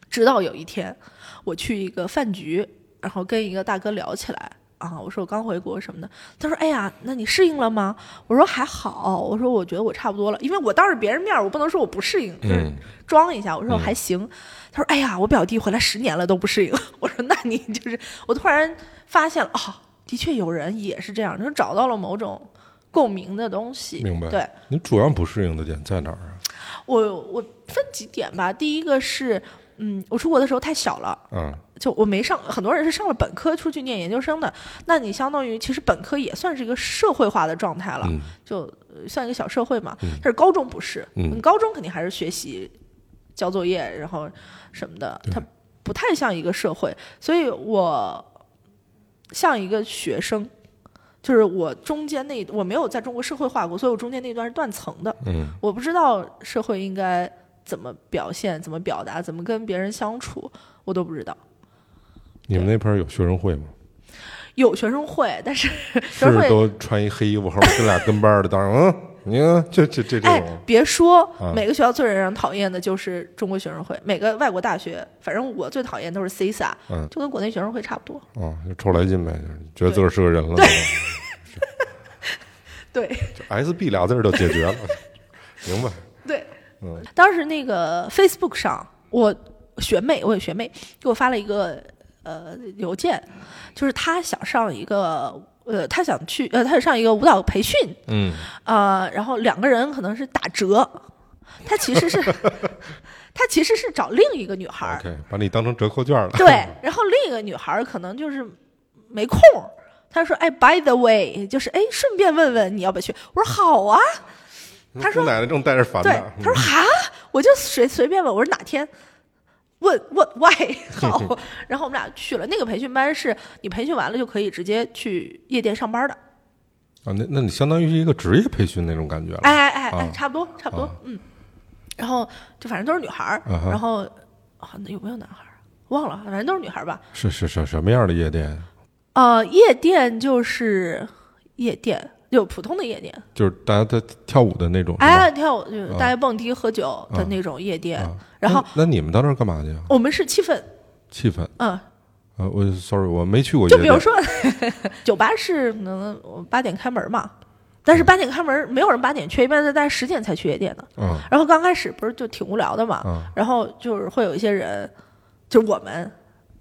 直到有一天，我去一个饭局，然后跟一个大哥聊起来啊，我说我刚回国什么的，他说：“哎呀，那你适应了吗？”我说：“还好。”我说：“我觉得我差不多了，因为我当着别人面儿，我不能说我不适应，就是
嗯
装一下。”我说：“还行。他说：“哎呀，我表弟回来十年了都不适应。” *laughs* 我说：“那你就是……我突然发现了，哦，的确有人也是这样，就是找到了某种共鸣的东西。
明白。
对，
你主要不适应的点在哪儿啊？
我我分几点吧。第一个是，嗯，我出国的时候太小了，
啊，
就我没上，很多人是上了本科出去念研究生的。那你相当于其实本科也算是一个社会化的状态了，
嗯
就呃算一个小社会嘛。
嗯
但是高中不是，
嗯
你高中肯定还是学习、交作业，然后什么的，它不太像一个社会。所以我像一个学生，就是我中间那我没有在中国社会化过，所以我中间那段是断层的。
嗯
我不知道社会应该怎么表现、怎么表达、怎么跟别人相处，我都不知道。
你们那边儿有学生会吗？
有学生会，但是学
是
生
不是
会，
都穿一黑衣服，后边跟俩跟班儿的，当然，嗯，你看这这这这
哎
种，，
别说、
啊
每个学校最让人讨厌的就是中国学生会，每个外国大学，反正我最讨厌都是 CISA，、
嗯
就跟国内学生会差不多。
啊，就臭来劲呗，就是觉得自个儿是个人了。
对 *laughs*
SB 俩字儿就解 *laughs* 决了，明白？
对，
嗯
当时那个 Facebook 上，我学妹，我有学妹给我发了一个呃邮件，就是她想上一个呃，她想去呃，她想上一个舞蹈培训，
嗯，
呃，然后两个人可能是打折，他其实
*laughs*
是他其实是找另一个女孩儿
OK，把啊你当成折扣券 *laughs* 了。
对，然后另一个女孩儿可能就是没空儿，她说哎，by the way，就是哎，顺便问问你要不要去，我说好啊，他说
姑奶奶正带着烦
对
呢，，嗯
他说哈，我就随随便问，我说哪天。问问
*laughs*
why 好，然后我们俩去了那个培训班，是你培训完了就可以直接去夜店上班的。
啊，那那你相当于是一个职业培训那种感觉了。
哎哎哎哎
啊，
差不多差不多
啊，
嗯。然后就反正都是女孩儿，
啊哈
然后啊有没有男孩儿忘了，反正都是女孩儿吧。
是是是什么样的夜店？
呃，夜店就是夜店，就普通的夜店，
就是大家在跳舞的那种。是吧
哎，跳舞就是大家蹦迪喝酒的那种夜店。
啊，
然后
那那你们到那儿干嘛去啊？
我们是气氛，
气氛？
嗯，
呃，我 sorry，我没去过夜
就比
店。
如说酒吧是可能八点开门嘛，但是八点开门没有人八点去，一般都大家十点才去夜店的。
啊
然后刚开始不是就挺无聊的嘛，
啊
然后就是会有一些人，就是我们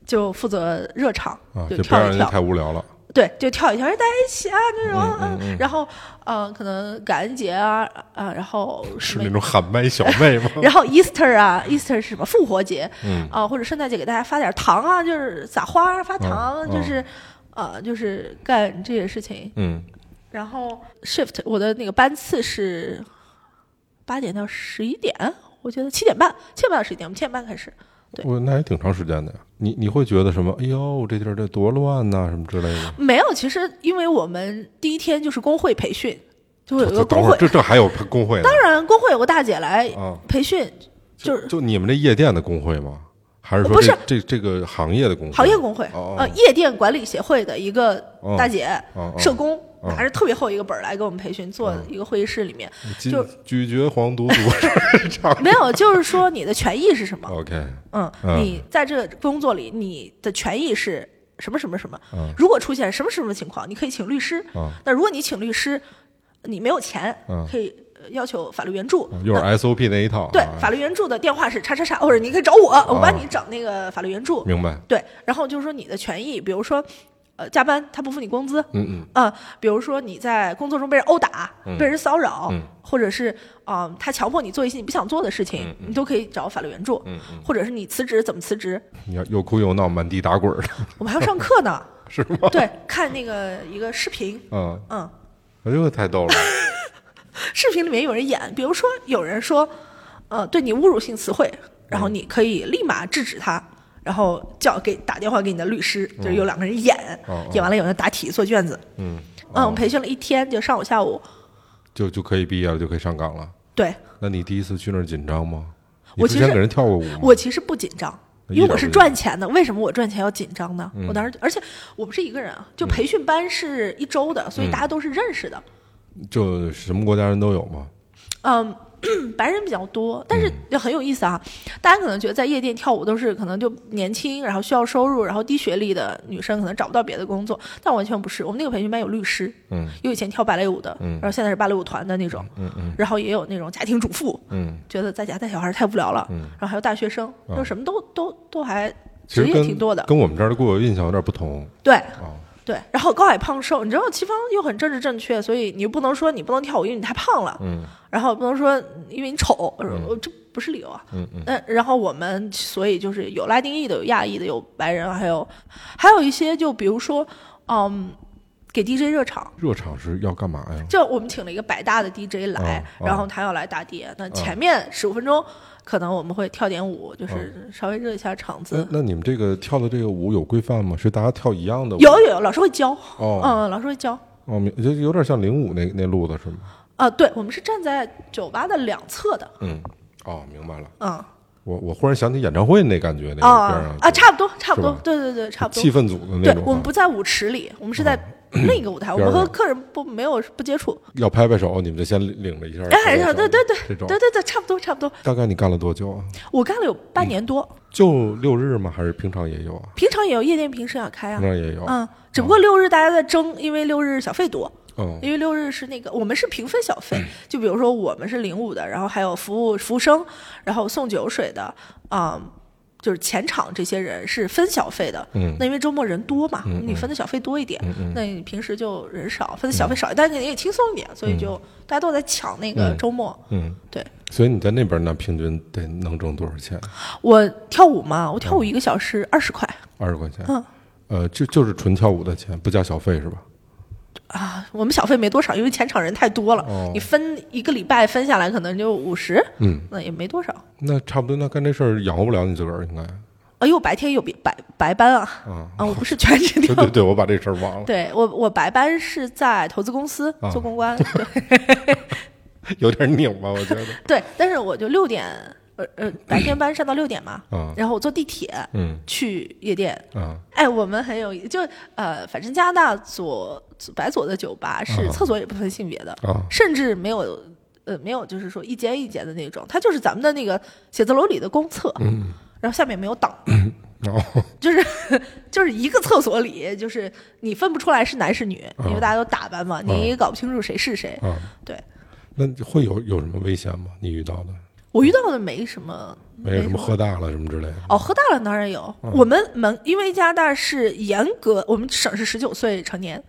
就负责热场，
啊，
就
就别
跳
让
一
人家
跳，
太无聊了。
对，就跳一跳，哎大家一起啊那种，
嗯嗯
嗯然后呃，可能感恩节啊啊，然后什
是
么
那。种喊麦小妹吗？ *laughs*
然后 Easter 啊，Easter 是什么？复活节，
嗯
啊、或者圣诞节给大家发点糖啊，就是撒花发糖，
嗯嗯
就是，呃，就是干这些事情。
嗯，
然后 shift 我的那个班次是八点到十一点，我觉得七点半，七点半到十一点，我们七点半开始。对
我那还挺长时间的呀。你你会觉得什么？哎呦，这地儿这多乱呐、什么之类的。
没有，其实因为我们第一天就是工会培训，就会有一
我
个
等
呃工
会儿
会，
这这还有工会呢？
当然工会有个大姐来
啊
培训，就是
就你们这夜店的工会吗？还是说
不是
这这这个行业的工会？
行业工会，
哦哦
呃，夜店管理协会的一个大姐，
哦哦
社工。
哦
拿着特别厚一个本儿来给我们培训，坐一个会议室里面，
禁
就
拒绝黄赌毒唱
没有，就是说你的权益是什么？
*laughs* OK
嗯，
哦嗯
你在这个工作里，你的权益是什么什么什么
嗯？
如果出现什么什么情况，你可以请律师
嗯。
那如果你请律师，你没有钱
嗯，
可以呃要求法律援助。
又是 SOP 那一套啊。
对，法律援助的电话是叉叉叉，或
哦
者你可以找我，我帮你找那个法律援助。
明白。
对，然后就是说你的权益，比如说，呃加班，他不付你工资，
嗯嗯，
嗯，比如说你在工作中被人殴打、
嗯
被人骚扰，
嗯
或者是啊、呃他强迫你做一些你不想做的事情，
嗯嗯
你都可以找法律援助，
嗯
或者是你辞职怎么辞职，
你要又哭又闹，满地打滚儿的，
我们还要上课呢，
*laughs* 是吗？
对，看那个一个视频，
嗯，
嗯，
哎呦，太逗了，
视频里面有人演，比如说有人说，呃，对你侮辱性词汇，
嗯
然后你可以立马制止他。然后叫给打电话给你的律师，就是有两个人演，
嗯哦哦
演完了有人答题做卷子，
嗯，
嗯，我
哦
们培训了一天，就上午下午，
就就可以毕业了，就可以上岗了。
对
那你第一次去那儿紧张吗？你
我
之
其
前
实
给人跳过舞吗？
我其实不紧张，
一
因为
点
我
不
是
紧
赚
张
钱的。为什么我赚钱要紧张呢？
嗯
我当时，而且我不是一个人啊，就培训班是一周的，
嗯
所以大家都是认识的。
就什么国家人都有吗？
嗯，白人比较多，但
嗯
是就很有意思啊。大家可能觉得在夜店跳舞都是可能就年轻，然后需要收入，然后低学历的女生可能找不到别的工作，但完全不是。我们那个培训班有律师，
嗯
有以前跳芭蕾舞的，
嗯
然后现在是芭蕾舞团的那种，
嗯嗯
然后也有那种家庭主妇，
嗯，
觉得在家带小孩太无聊了，
嗯
然后还有大学生，
啊
就什么都都都还
其
职
实
业
跟
挺多的。
跟我们这儿的固有印象有点不同
对
啊。
对，然后高矮胖瘦，你知道西方又很政治正确，所以你又不能说你不能跳舞，因为你太胖了，
嗯
然后不能说因为你丑，呃这不是理由啊。
嗯嗯，
嗯，然后我们所以就是有拉丁裔的，有亚裔的，有白人，还有还有一些就比如说，嗯，给 DJ 热场，
热场是要干嘛呀？
就我们请了一个百大的 DJ 来，
哦哦
然后他要来打碟。那前面十五分钟，可能我们会跳点舞，
哦
就是稍微热一下场子。
那那你们这个跳的这个舞有规范吗？是大家跳一样的舞？
有有有，老师会教，
哦
嗯，老师会教。
哦，明就有点像领舞那那路子是吗？
啊，对，我们是站在酒吧的两侧的，
嗯，哦，明白了。
嗯，
我我忽然想起演唱会那感觉，那个边儿
啊
上
啊，差不多，差不多
是吧，
对对对，差不多
气。氛组的那
对
种啊。，嗯
我们不在舞池里，我们是在另一个舞台，我
边
们
儿上啊
和客人不没有不接触。
要拍拍手，你们就先领领着一下。
哎，
拍拍手啊
对对对，
这
对
种
对对，差不多差不多。
大概你干了多久啊？
我干了有
嗯
半年多，
就六日吗？还是平常也有啊？
平常也有夜店，平时要开啊
平。常也有。
嗯，只不过六日大家在争，因为六日小费多，
嗯
因为六日是那个我们是平分小费，就比如说我们是领舞的，然后还有服务服务生，然后送酒水的，嗯，就是前场这些人是分小费的。
嗯
那因为周末人多嘛，
嗯嗯
你分的小费多一点，
嗯嗯
那你平时就人少，分的小费少，但是你也轻松一点，所以就大家都在抢那个
嗯
周末。
嗯，
对
所以你在那边呢，平均得能挣多少钱？
我跳舞嘛，我跳
嗯
舞一个小时二十块
二十块钱。
嗯
呃，就就是纯跳舞的钱，不加小费是吧？
啊，我们小费没多少，因为前场人太多了，
哦
你分一个礼拜分下来可能就五十，
嗯，
那也没多少。
那差不多，那干这事儿养活不了你自个儿，应该
哎呦，白天有别白白班啊
啊。
啊，我不是全职
对
跳
对对，我把这事儿忘了，
对我，我白班是在投资公司
啊
做公关，对
有点拧吧，我觉得。
对，但是我就六点，呃呃，白天班上到六点嘛，
啊
然后我坐地铁
嗯
去夜店。
啊
哎，我们很有意，就呃，反正加拿大左左白左的酒吧是
啊
厕所也不分性别的，
啊
甚至没有呃没有就是说一间一间的那种，它就是咱们的那个写字楼里的公厕，
嗯
然后下面没有挡，
哦
就是 *laughs* 就是一个厕所里，就是你分不出来是男是女，因为大家都打扮嘛，你也搞不清楚谁是谁。
啊，
对
那会有有什么危险吗？你遇到的
我遇到的没什么，
没有什
什
么喝啊大了什么之类的？
哦，喝大了当然有。我们门因为加拿大是严格，我们省是十九岁成年，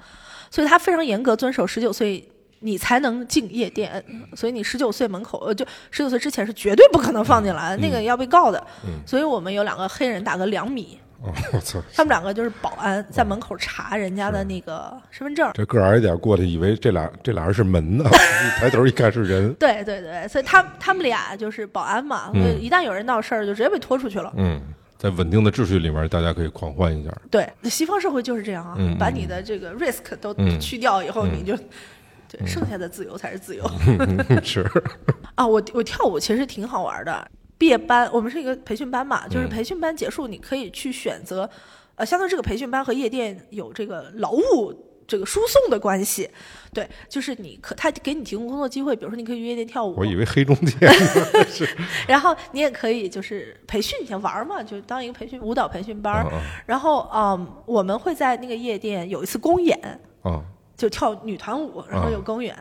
所以他非常严格遵守十九岁。你才能进夜店，所以你十九岁门口，呃，就十九岁之前是绝对不可能放进
嗯
来的，那个要被告的。所以我们有两个黑人大哥两米，
哦，我操！
他们两个就是保安，
哦
在门口查人家的那个身份证。
这个儿矮点过去，以为这俩这俩人是门呢，一抬头一看是人。
对对对，所以他他们俩就是保安嘛，所以一旦有人闹事儿，就直接被拖出去了。
嗯，在稳定的秩序里面，大家可以狂欢一下。
对，西方社会就是这样啊，
嗯嗯
把你的这个 risk 都
嗯嗯
去掉以后，你就对剩下的自由才是自由
是，
*laughs* 啊。我我跳舞其实挺好玩的，毕业班我们是一个培训班嘛，
嗯
就是培训班结束，你可以去选择，呃，相当于这个培训班和夜店有这个劳务。这个输送的关系，对，就是你可他给你提供工作机会，比如说你可以去夜店跳舞，
我以为黑中介呢是
然后你也可以就是培训一下玩儿嘛，就当一个培训舞蹈培训班儿。
嗯嗯
然后嗯，我们会在那个夜店有一次公演，
啊，
就跳女团舞，然后
嗯
有公演。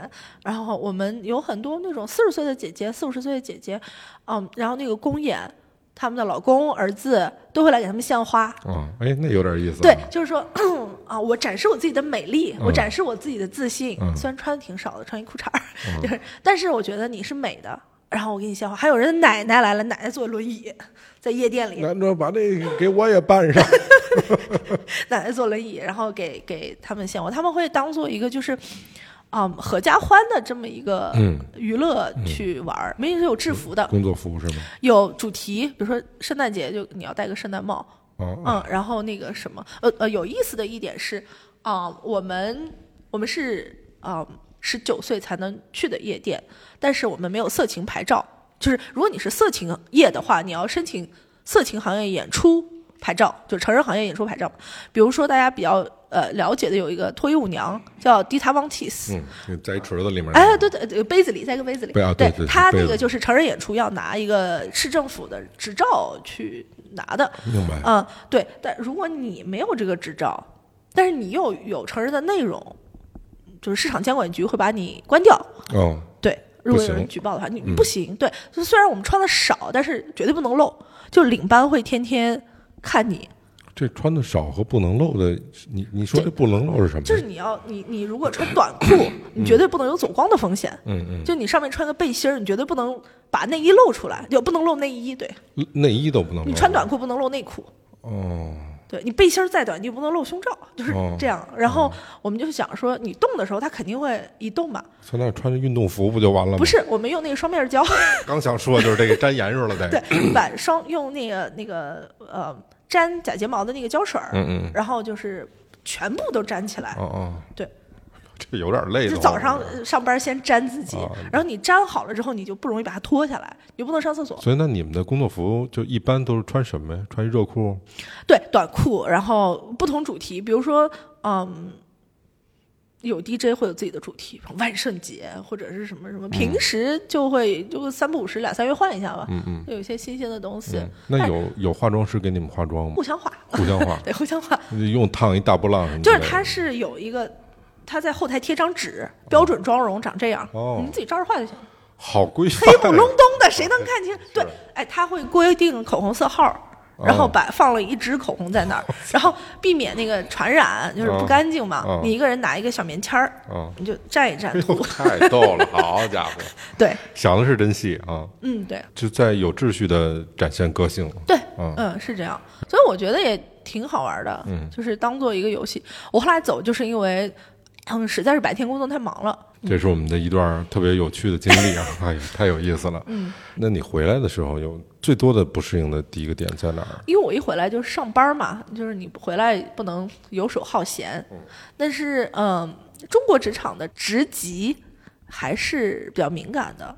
然后我们有很多那种四十岁的姐姐、四五十岁的姐姐，嗯，然后那个公演，他们的老公、儿子都会来给他们献花。
啊，哎，那有点意思、啊。
对，就是说， *clears throat* 啊，我展示我自己的美丽，我
嗯
展示我自己的自信。
嗯
虽然穿的挺少的，穿一裤衩儿，就是，但是我觉得你是美的。然后我给你献花，还有人奶奶来了，奶奶坐轮椅 *laughs* 在夜店里，
那那把这个给我也办上。
奶奶坐轮椅，然后给给他们献花，他们会当做一个就是，嗯，合家欢的这么一个
嗯
娱乐去玩儿。明明是有制服的，
工作服是吗？
有主题，比如说圣诞节就你要戴个圣诞帽，
啊，
嗯，然后那个什么，呃呃，有意思的一点是，啊、我们我们是啊十九岁才能去的夜店，但是我们没有色情牌照，就是如果你是色情业的话，你要申请色情行业演出牌照，就成人行业演出牌照。比如说大家比较呃了解的有一个脱衣舞娘叫 Dita Von Teese，、
嗯，就在一池子里面。
哎，对对对，杯子里，在一个杯子里。
对啊对对对
他
杯
那
子
个就是成人演出要拿一个市政府的执照去拿的。
明白。
嗯，对。但如果你没有这个执照，但是你又有成人的内容，就是市场监管局会把你关掉。
哦，
对，如果
不
有人
行嗯
举报的话，你不行。对，就虽然我们穿的少，但是绝对不能露。就领班会天天看你，
这穿的少和不能露的，你你说这不能露是什么？
就是你要你你如果穿短
*clears throat*
裤，你绝对不能有走光的风险。
嗯嗯
就你上面穿个背心儿，你绝对不能把内衣露出来，就不能露内衣。对，
嗯，内衣都不能露。
你穿短裤不能露内裤。
哦，
对你背心儿再短，你也不能露胸罩，就是
哦
这样。然后我们就想说，你动的时候，它肯定会移动嘛。
在那穿着运动服不就完了吗？
不，是，我们用那个双面胶， *laughs*
刚想说就是这个粘严实了得。
对，把双用那个那个呃粘假睫毛的那个胶水儿，
嗯嗯
然后就是全部都粘起来。
哦哦，
对，
这有点累
就
的。
早上呃上班先粘自己
哦，
然后你粘好了之后，你就不容易把它脱下来，你就不能上厕所。
所以那你们的工作服就一般都是穿什么呀？穿一热裤？
对，短裤，然后不同主题，比如说，嗯，有 DJ 会有自己的主题，万圣节或者是什么什么，平时就会就三不五时两三月换一下吧，
嗯嗯。
就有一些新鲜的东西，
嗯，那有有化妆师给你们化妆吗
*laughs* 互？相化，，
互相化
*laughs* 对，互相化，
用烫一大波浪什么之
就
类
是
的？
它是有一个。他在后台贴张纸，标准妆容长这样，
哦
你们自己照着画就行。
好规范啊
黑不隆咚的，谁能
*laughs*
看清？对，哎，他会规定口红色号，然后
哦
把放了一支口红在那儿，
*laughs*
然后避免那个传染，就是不
哦
干净嘛
哦。
你一个人拿一个小棉签儿，
啊！
你就蘸一蘸
哎呦，
涂。 *laughs*
太逗了，好家伙，
对，
想的是真细啊！
嗯，对，
就在有秩序的展现个性。
对，
嗯
嗯，是这样。所以我觉得也挺好玩的，就是当做一个游戏。我后来走就是因为，嗯，实在是白天工作太忙了。
这是我们的一段特别有趣的经
*laughs*
历啊！哎呀，太有意思了。嗯，那你回来的时候有最多的不适应的第一个点在哪儿？
因为我一回来就是上班嘛，就是你回来不能游手好闲。但是，嗯、中国职场的职级还是比较敏感的。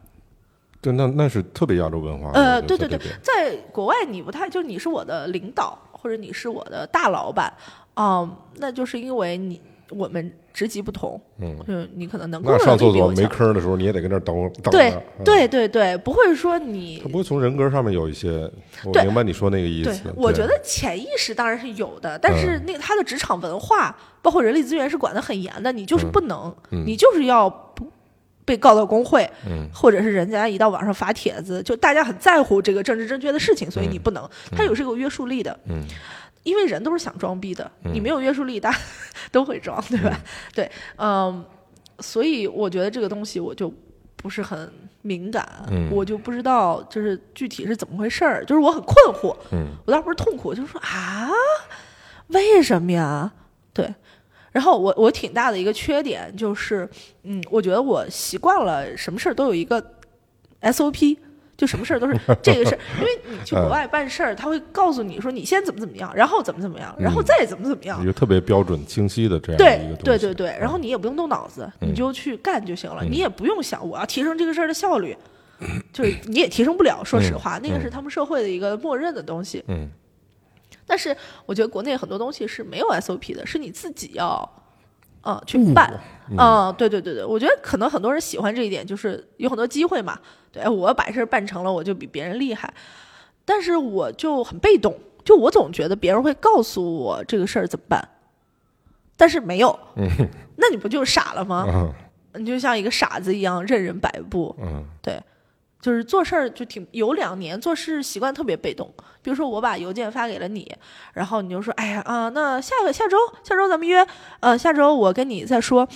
对，那那是特别亚洲文化。
呃，
我觉
对
得
对对
在这边，
在国外你不太，就是你是我的领导或者你是我的大老板，嗯、那就是因为你我们职级不同，
嗯，
就是你可能能够
那上厕所没
坑。
坑儿的时候，你也得跟那儿等会儿等着。
对
嗯，
对对对，不会说你
他不会从人格上面有一些，我
对
明白你说那个意
对
思。，
我
对嗯
觉得潜意识当然是有的，但是那他的职场文化，包括人力资源是管得很严的，你
嗯
就是不能，你就是要不被告到工会，
嗯
或者是人家一到网上发帖子，就大家很在乎这个政治正确的事情，所以你不能，他有这个约束力的，
嗯
因为人都是想装逼的，你没有约束力，大家 *laughs* 都会装，对吧？对，嗯，所以我觉得这个东西我就不是很敏感，
嗯
我就不知道就是具体是怎么回事儿，就是我很困惑，
嗯
我当时不是痛苦，就是说啊，为什么呀？对。然后我我挺大的一个缺点就是，嗯，我觉得我习惯了什么事儿都有一个 SOP，就什么事儿都
*laughs*
是这个事儿，因为你去
嗯
国外办事儿，他会告诉你说你先怎么怎么样，然后怎么怎么样，然
嗯
后再怎么怎么样
一，个特别标准清晰的这样的一
对
个东
对
西。嗯
对对，然后你也不用动脑子，你就去干就行了，你也不用想我要提升这个事儿的效率，
*laughs*
就是你也提升不了。说实话，那个是他们社会的一个默认的东西。
嗯，
但是我觉得国内很多东西是没有 SOP 的，是你自己要呃去办。嗯，对对对对，我觉得可能很多人喜欢这一点，就是有很多机会嘛。对，哎我把事儿办成了，我就比别人厉害。但是我就很被动，就我总觉得别人会告诉我这个事儿怎么办，但是没有。那你不就是傻了吗？
嗯
你就像一个傻子一样任人摆布。
嗯，
对，就是做事儿就挺有两年做事习惯特别被动。比如说我把邮件发给了你，然后你就说，哎呀啊、那下个下周下周咱们约，呃，下周我跟你再说。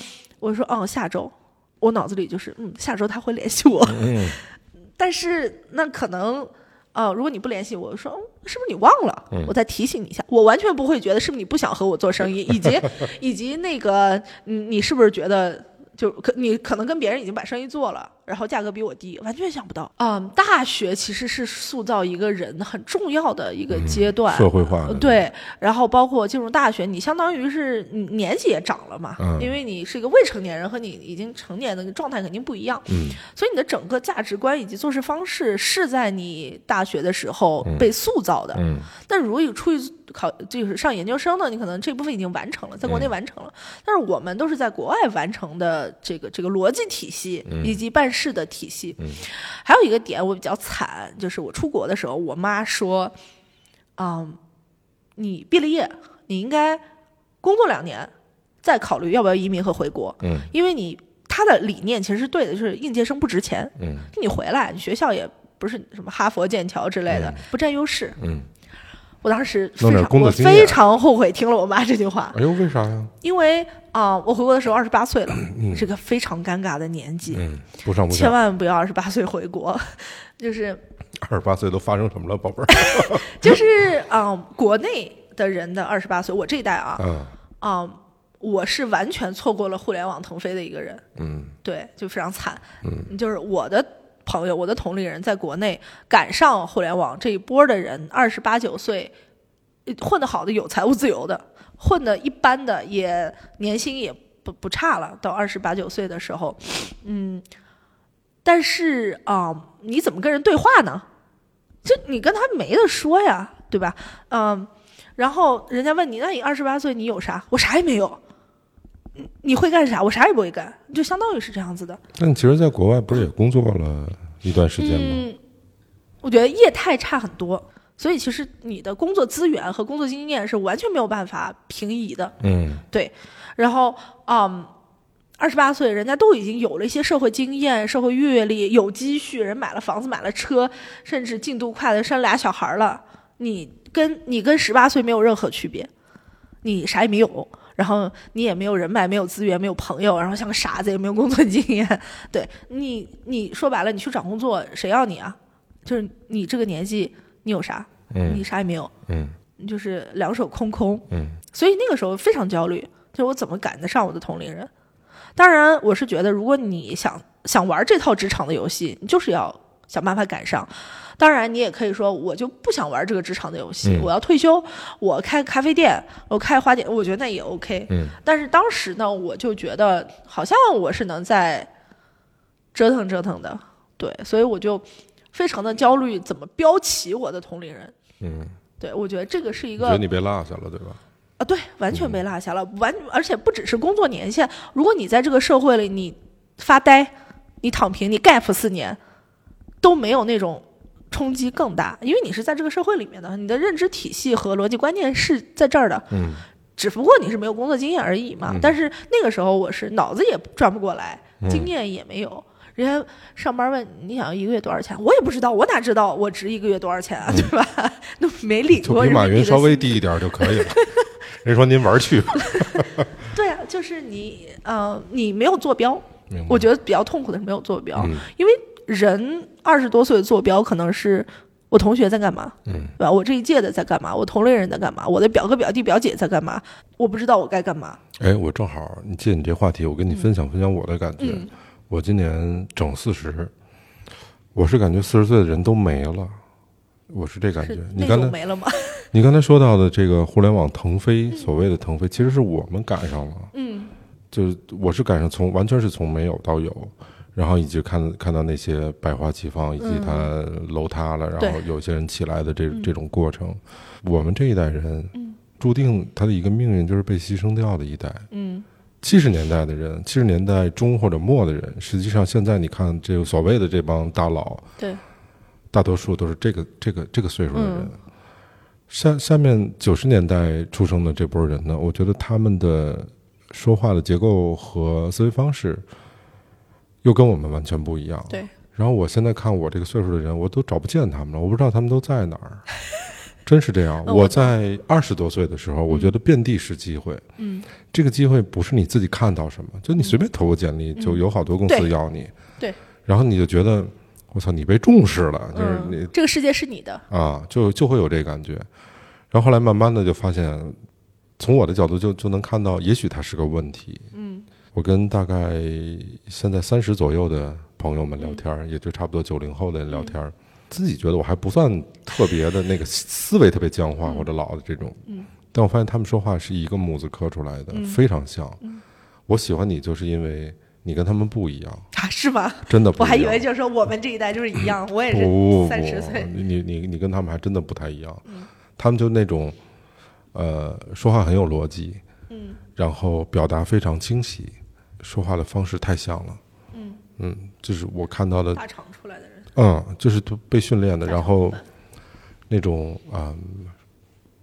我说，哦，下周。我脑子里就是，嗯，下周他会联系我。
嗯，
*laughs* 但是那可能，呃，如果你不联系我，说、嗯是不是你忘了？
嗯
我再提醒你一下。我完全不会觉得是不是你不想和我做生意，以及 *laughs* 以及那个你你是不是觉得就可你可能跟别人已经把生意做了，然后价格比我低，完全想不到。嗯，大学其实是塑造一个人很重要的一个阶段，
嗯社会化
呃
的，
对，然后包括进入大学，你相当于是你年纪也长了嘛，
嗯
因为你是一个未成年人，和你已经成年的状态肯定不一样，
嗯
所以你的整个价值观以及做事方式是在你大学的时候
嗯
被塑造的。
嗯
但如果有出去考，就是上研究生的，你可能这部分已经完成了，在国内
嗯
完成了，但是我们都是在国外完成的这个这个逻辑体系以及办事的体系。
嗯
还有一个点我比较惨，就是我出国的时候，我妈说，嗯，你毕了业，你应该工作两年，再考虑要不要移民和回国，
嗯
因为你她的理念其实是对的，就是应届生不值钱，
嗯
你回来，你学校也不是什么哈佛、剑桥之类的，不占优势。
嗯，
我当时非
弄点
常
工作
我
经验
非常后悔听了我妈这句话，
哎呦，为啥呀？
因为啊、我回国的时候二十八岁了，是个非常尴尬的年纪，
嗯，不上不
千
下，
万不要二十八岁回国， *laughs* 就是
二十八岁都发生什么了，
*laughs*
宝贝儿？
就是啊、国内的人的二十八岁，我这一代啊
嗯
啊、我是完全错过了互联网腾飞的一个人，
嗯
对，就非常惨。嗯，就是我的朋友，我的同龄人，在国内赶上互联网这一波的人，二十八九岁，呃混得好的有财务自由的，混得一般的也年薪也不不差了。到二十八九岁的时候，嗯，但是啊、你怎么跟人对话呢？这你跟他没得说呀，对吧？嗯，然后人家问你，那你二十八岁你有啥？我啥也没有。嗯你会干啥？我啥也不会干，就相当于是这样子的。
但其实，在国外不是也工作了一段时间吗？
嗯，我觉得业态差很多，所以其实你的工作资源和工作经验是完全没有办法平移的。
嗯
对，然后嗯，二十八岁人家都已经有了一些社会经验、社会阅历，有积蓄，人买了房子、买了车，甚至进度快的生俩小孩了，你跟你跟十八岁没有任何区别，你啥也没有。然后你也没有人脉，没有资源，没有朋友，然后像个傻子，也没有工作经验。对你，你说白了，你去找工作，谁要你啊？就是你这个年纪，你有啥？你
嗯
啥也没有，
嗯
你就是两手空空。
嗯
所以那个时候非常焦虑，就是我怎么赶得上我的同龄人？当然，我是觉得如果你想想玩这套职场的游戏，你就是要想办法赶上。当然，你也可以说我就不想玩这个职场的游戏，
嗯
我要退休，我开咖啡店，我开花店，我觉得那也 OK。
嗯
但是当时呢，我就觉得好像我是能在折腾折腾的，对，所以我就非常的焦虑，怎么标齐我的同龄人？
嗯，
对我觉得这个是一
你
个
觉得你被落下了，对吧？
啊，对，完
嗯
全被落下了，完，而且不只是工作年限，如果你在这个社会里你发呆，你躺平，你 gap 四年，都没有那种冲击更大，因为你是在这个社会里面的，你的认知体系和逻辑观念是在这儿的，
嗯
只不过你是没有工作经验而已嘛。但是那个时候我是脑子也转不过来，
嗯
经验也没有。人家上班问你想要一个月多少钱，我也不知道，我哪知道我值一个月多少钱啊，对吧？ *laughs* 都没领
嗯就
过
比
人民
马
币
云
的
稍微
薪
低一点就
*laughs*
可以了。人说您玩去吧，
对啊，就是你呃，你没有坐标，
明白
我觉得比较痛苦的是没有坐标，
嗯
因为人二十多岁的坐标可能是我同学在干嘛，
嗯
对吧？我这一届的在干嘛？我同龄人在干嘛？我的表哥、表弟、表姐在干嘛？我不知道我该干嘛。
哎，我正好你借你这话题，我跟你分享分享我的感觉。
嗯
我今年整四十，我是感觉四十岁的人都没了，我是这感觉
是。
你
那
刚才
种没了吗？ *laughs*
你刚才说到的这个互联网腾飞，所谓的腾飞，其实是我们赶上了。
嗯，
就是我是赶上从完全是从没有到有，然后以及看看到那些百花齐放，以及它楼塌了，然后
嗯对嗯
有些人起来的这这种过程，我们这一代人，注定他的一个命运就是被牺牲掉的一代。
嗯，
七十年代的人，七十年代中或者末的人，实际上现在你看这个所谓的这帮大佬，
对，
大多数都是这个这个这个岁数的人。
嗯
下下面九十年代出生的这波人呢，我觉得他们的说话的结构和思维方式又跟我们完全不一样。
对，
然后我现在看我这个岁数的人，我都找不见他们了，我不知道他们都在哪
*laughs*
儿。真是这样。
嗯
我在二十多岁的时候，我觉得遍地是机会。
嗯，
这个机会不是你自己看到什么，就你随便投个简历，就有好多公司
嗯对
要你。
对。
然后你就觉得，我操，你被重视了，就是你
嗯，这个世界是你的，
啊，就就会有这感觉。然后后来慢慢的就发现，从我的角度就就能看到，也许它是个问题。嗯，我跟大概现在三十左右的朋友们
嗯
聊天儿，也就差不多九零后的人聊天儿，自己觉得我还不算特别的那个 *laughs* 思维特别僵化或者老的这种。嗯，但我发现他们说话是一个模子刻出来
嗯
的，非常像。我喜欢你就是因为你跟他们不一样，
啊，是吗？
真的不一
我
样。
还以为就是说我们这一代就是一样，我也
不
是
不不
*laughs* 三十岁，嗯
你你你你跟他们还真的不太一样，他们就那种，呃，说话很有逻辑，嗯，然后表达非常清晰，说话的方式太像了，嗯就是我看到的，
大厂出来的人，
嗯，就是都被训练的，
大
然
厂
后
出来
那种啊、嗯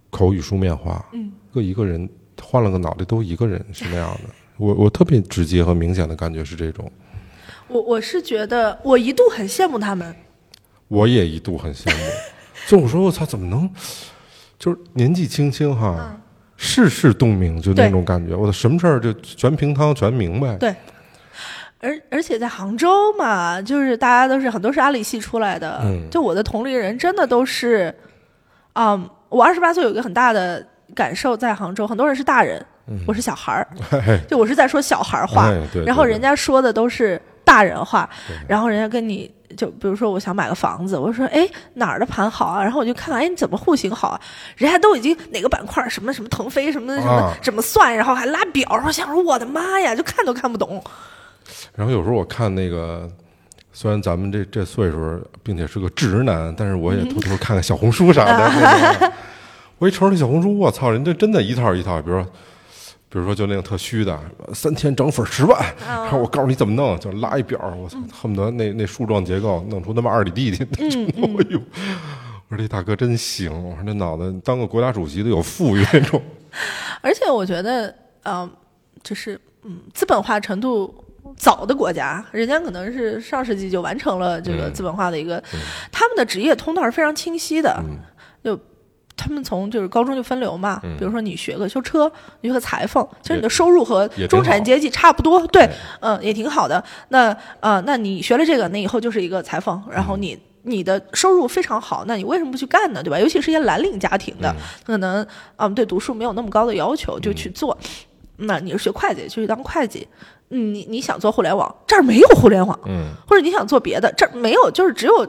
口语书面化，嗯，各一个人换了个脑袋都一个人是那样的，我我特别直接和明显的感觉是这种，
我我是觉得我一度很羡慕他们，
我也一度很
*laughs*
羡慕，就我说我操，怎么能，就是年纪轻轻哈，世事洞明，就
嗯
那
对
种感觉，我操，什么事儿就全平汤全明白，
对。而而且在杭州嘛，就是大家都是很多是阿里系出来的，
嗯
就我的同龄人真的都是，嗯，我二十八岁有一个很大的感受，在杭州很多人是大人，我是小孩儿，
*laughs* 哎，
就我是在说小孩儿话，
嗯哎对
然后
对对
人家说的都是大人话，然后人家跟你就比如说我想买个房子，我说哎哪儿的盘好啊，然后我就看看哎你怎么户型好啊，人家都已经哪个板块儿什么什么腾飞什么什么、
啊
怎么算，然后还拉表，然后想说我的妈呀，就看都看不懂，
然后有时候我看那个。虽然咱们这这岁数，并且是个直男，但是我也偷偷看看小红书啥的。那种我一瞅那小红书，我操，人家真的一套一套。比如说，比如说就那种特虚的，三天涨粉十万，然后我告诉你怎么弄，就拉一表，我操，恨不得那那树状结构弄出他妈二里地去。 *laughs* 哎呦，我说这大哥真行，我说这脑袋当个国家主席都有富裕那种。
而且我觉得，嗯、就是嗯，资本化程度早的国家，人家可能是上世纪就完成了这个
嗯嗯
资本化的一个，他们的职业通道是非常清晰的，就。他们从就是高中就分流嘛，
嗯
比如说你学个修车，你学个裁缝，其实你的收入和
也挺
中产
好
阶级差不多，对
对，
嗯、也挺好的。那呃，那你学了这个，那以后就是一个裁缝，然
嗯
后你你的收入非常好，那你为什么不去干呢？对吧？尤其是一些蓝领家庭的，可能嗯对读书没有那么高的要求，
嗯
就去做。那你是学会计，就去当会计。嗯你你想做互联网，这儿没有互联网，
嗯，
或者你想做别的，这儿没有，就是只有。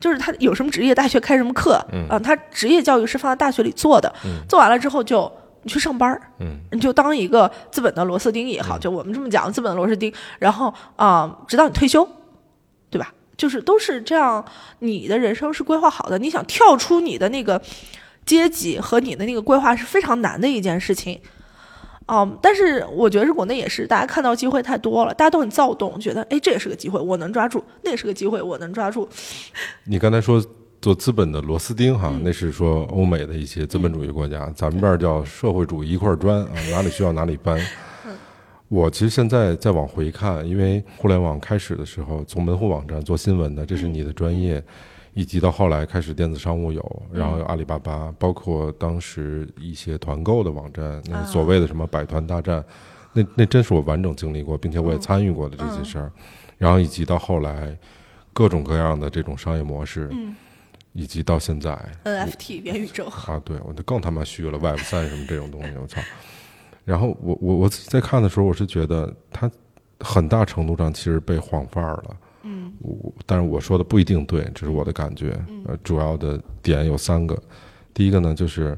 就是他有什么职业，大学开什么课，嗯、啊，他职业教育是放在大学里做的，做完了之后就你去上班儿，
嗯，
你就当一个资本的螺丝钉也好，就我们这么讲，资本的螺丝钉，然后啊、直到你退休，对吧？就是都是这样，你的人生是规划好的，你想跳出你的那个阶级和你的那个规划是非常难的一件事情。嗯，但是我觉得是国内也是，大家看到机会太多了，大家都很躁动，觉得哎这也是个机会，我能抓住；那也是个机会，我能抓住。
你刚才说做资本的螺丝钉哈，那是说欧美的一些资本主义国家，咱们这儿叫社会主义一块砖啊，哪里需要哪里搬。 *laughs* 我其实现在再往回看，因为互联网开始的时候，从门户网站做新闻的，这是你的专业，以及到后来开始电子商务有，然后有阿里巴巴，包括当时一些团购的网站，那所谓的什么百团大战，那那真是我完整经历过，并且我也参与过的这些事儿，然后以及到后来各种各样的这种商业模式，以及到现在，
NFT 元宇宙，
啊，对，我就更他妈虚了，Web 三什么这种东西，我操！然后我我我自己在看的时候，我是觉得它很大程度上其实被晃范儿了。嗯，我但是我说的不一定对，这是我的感觉。呃，主要的点有三个，第一个呢就是。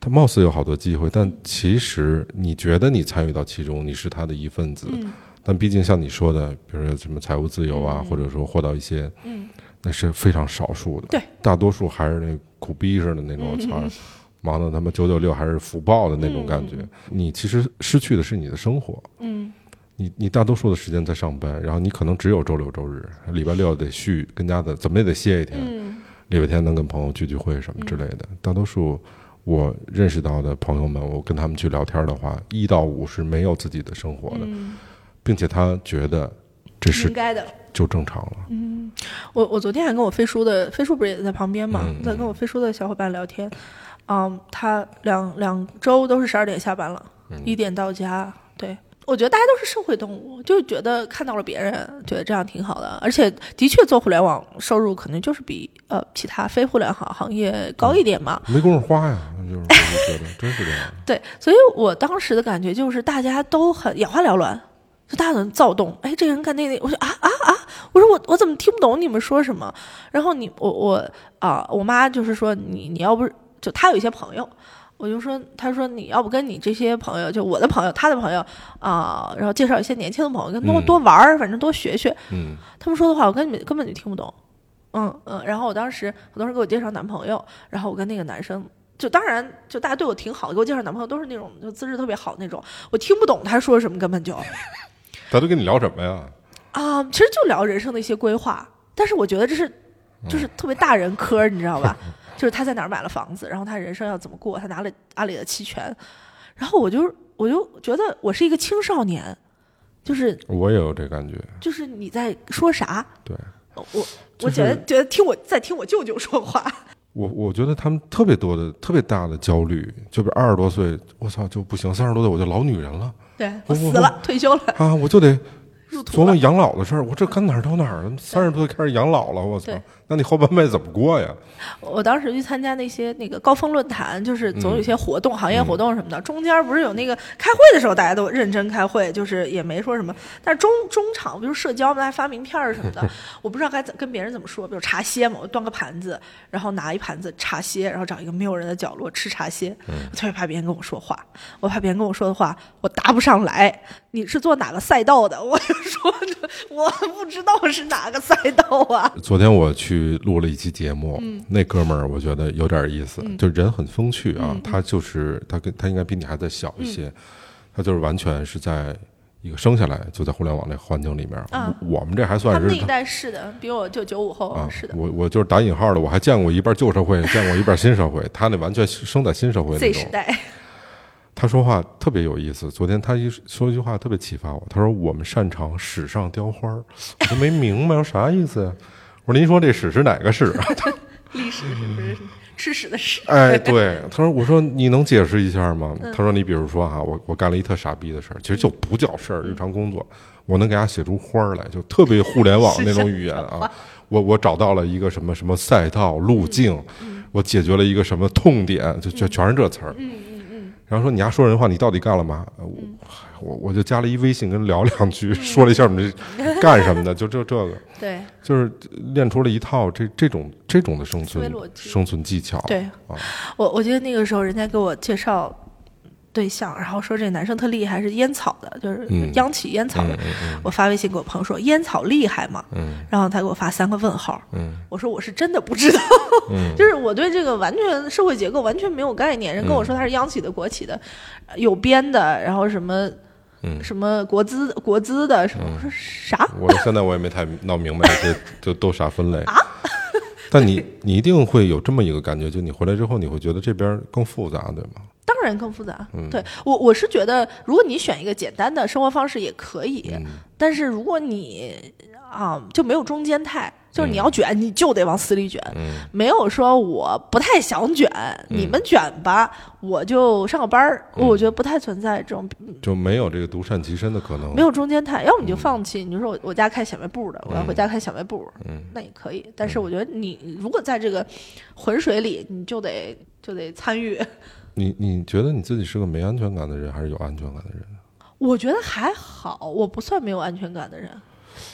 它貌似有好多机会，但其实你觉得你参与到其中，你是它的一份子。但毕竟像你说的，比如说什么财务自由啊，或者说获到一些，那是非常少数的。
对，
大多数还是那苦逼似的那种，操、忙到他妈九九六还是福报的那种感觉。你其实失去的是你的生活。嗯，你你大多数的时间在上班，然后你可能只有周六周日，礼拜六得续跟家的，怎么也得歇一天。
嗯
礼拜天能跟朋友聚聚会什么之类的。大多数我认识到的朋友们，我跟他们去聊天的话，一到五是没有自己的生活的，并且他觉得。这是
应该的。
就正常了。
我我昨天还跟我飞叔的飞叔不是也在旁边嘛，
嗯
在跟我飞叔的小伙伴聊天，嗯，他两两周都是十二点下班了，
嗯
一、点到家。对，我觉得大家都是社会动物，就觉得看到了别人，觉得这样挺好的，而且的确做互联网收入可能就是比呃其他非互联网行业高一点嘛。
没工夫花呀，就是我就觉得 *laughs* 真是这样。
对，所以我当时的感觉就是大家都很眼花缭乱，就大家很躁动。哎，这个人干那个，我说啊啊啊！我说我我怎么听不懂你们说什么？然后你我我啊、我妈就是说你你要不就她有一些朋友。我就说，她说你要不跟你这些朋友，就我的朋友，她的朋友啊、然后介绍一些年轻的朋友，跟多
嗯
多玩儿，反正多学学。
嗯，
他们说的话我根本根本就听不懂。嗯嗯，然后我当时我当时给我介绍男朋友，然后我跟那个男生就当然就大家对我挺好的，给我介绍男朋友都是那种就资质特别好那种，我听不懂他说什么，根本就
他都跟你聊什么呀？
啊、其实就聊人生的一些规划，但是我觉得这是就是特别大人科儿，你知道吧？就是他在哪儿买了房子，然后他人生要怎么过，他拿了阿里的期权，然后我就我就觉得我是一个青少年，就是
我也有这感觉，
就是你在说啥？
对。
我
就
我觉得
是
觉得听我在听我舅舅说话，
我我觉得他们特别多的、特别大的焦虑，就比如二十多岁，我操就不行；三十多岁我就老女人了
对
我
我
我
死了，退休了，
啊，我就得
入土
琢磨
了。
养老的事儿。我这干哪儿到哪儿了？三十多岁开始养老了，我操
对！
那你后半辈子怎么过呀？
我当时去参加那些那个高峰论坛，就是总有一些活动、行业活动什么的，中间不是有那个开会的时候，大家都认真开会，就是也没说什么。但是中中场，比如社交嘛，大家发名片儿什么的，我不知道该怎跟别人怎么说，比如茶歇嘛，我端个盘子，然后拿一盘子茶歇，然后找一个没有人的角落吃茶歇。我特别怕别人跟我说话，我怕别人跟我说的话我答不上来。你是做哪个赛道的？ *laughs* 我就说着我不知道是哪个赛道啊。
昨天我去录了一期节目，
嗯
那哥们儿我觉得有点意思，就人很风趣啊。
嗯
他就是他跟他应该比你还再小一些，他就是完全是在一个生下来就在互联网这个环境里面。
啊
我我们这还
他
算
们那
是
一代是的，比我就九五后、
啊，
是的
我我就是打引号的，我还见过一半旧社会，见过一半新社会，他那完全生在新社会那
，Z
种
时。代，
他说话特别有意思。昨天他一说一句话特别启发我，他说：“我们擅长史上雕花儿。”我都没明白有啥意思呀、我说：“您说这史是哪个史啊？”
历史是不是吃屎的
*laughs*
屎？
哎，对，他说，我说你能解释一下吗？他说，你比如说哈、啊我我干了一特傻逼的事儿，其实就不叫事儿，日常工作，我能给他写出花儿来，就特别互联网那种语言啊。我我找到了一个什么什么赛道路径，我解决了一个什么痛点，就就全是这词儿。嗯嗯嗯嗯。然后说你丫说人话，你到底干了嘛？呃我我我就加了一微信跟聊两句，说了一下我们 *laughs* 这干什么的，就这这个。
对
就是练出了一套这这种这种的生
思维
存
逻辑
生存技巧，
对，我我记得那个时候人家给我介绍对象，然后说这男生特厉害，是烟草的，就是
嗯
央企烟草的。我发微信给我朋友说烟草厉害吗？然后他给我发三个问号。
嗯
我说我是真的不知道，就是我对这个完全社会结构完全没有概念。人
嗯
跟我说他是央企的、国企的、呃有编的，然后什么。
嗯
什么国资国资的什么？我说啥？
我到现在我也没太闹明白这这都啥分类啊。但你你一定会有这么一个感觉，就你回来之后，你会觉得这边更复杂，对吗？
当然更复杂。对我，我是觉得，如果你选一个简单的生活方式也可以，但是如果你啊、就没有中间态，就是你要卷，你就得往死里卷，没有说我不太想卷，你们卷吧，我就上个班儿。我觉得不太存在这种
就没有这个独善其身的可能
没。有中间态，要么你就放弃，你就说我我家开小卖部的，我要回家开小卖部，那也可以。但是我觉得你如果在这个浑水里，你就得就得参与。
你你觉得你自己是个没安全感的人，还是有安全感的人？
我觉得还好，我不算没有安全感的人。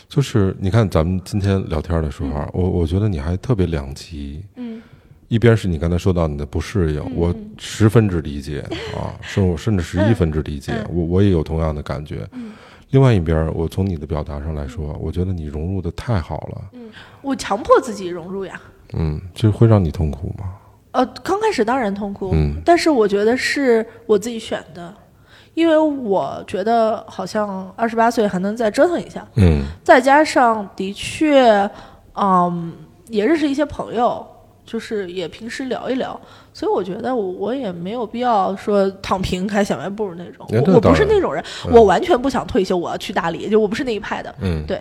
就是你看咱们今天聊天的时候啊，我我觉得你还特别两极。
嗯，
一边是你刚才说到你的不适应，我十分之理解
*laughs*
啊，甚至我甚至十
嗯
一分之理解，我我也有同样的感觉。另外一边儿，我从你的表达上来
嗯
说，我觉得你融入的太好了，
我强迫自己融入呀。
嗯，这会让你痛苦吗？
呃，刚开始当然痛苦，
嗯
但是我觉得是我自己选的，因为我觉得好像二十八岁还能再折腾一下，
嗯
再加上的确，嗯，也认识一些朋友，就是也平时聊一聊。所以我觉得我我也没有必要说躺平开小卖部那种，
哎
我
那
我
当
不是
然
那种人，
嗯
我完全不想退休，我要去大理，就我不是那一派的。
嗯，
对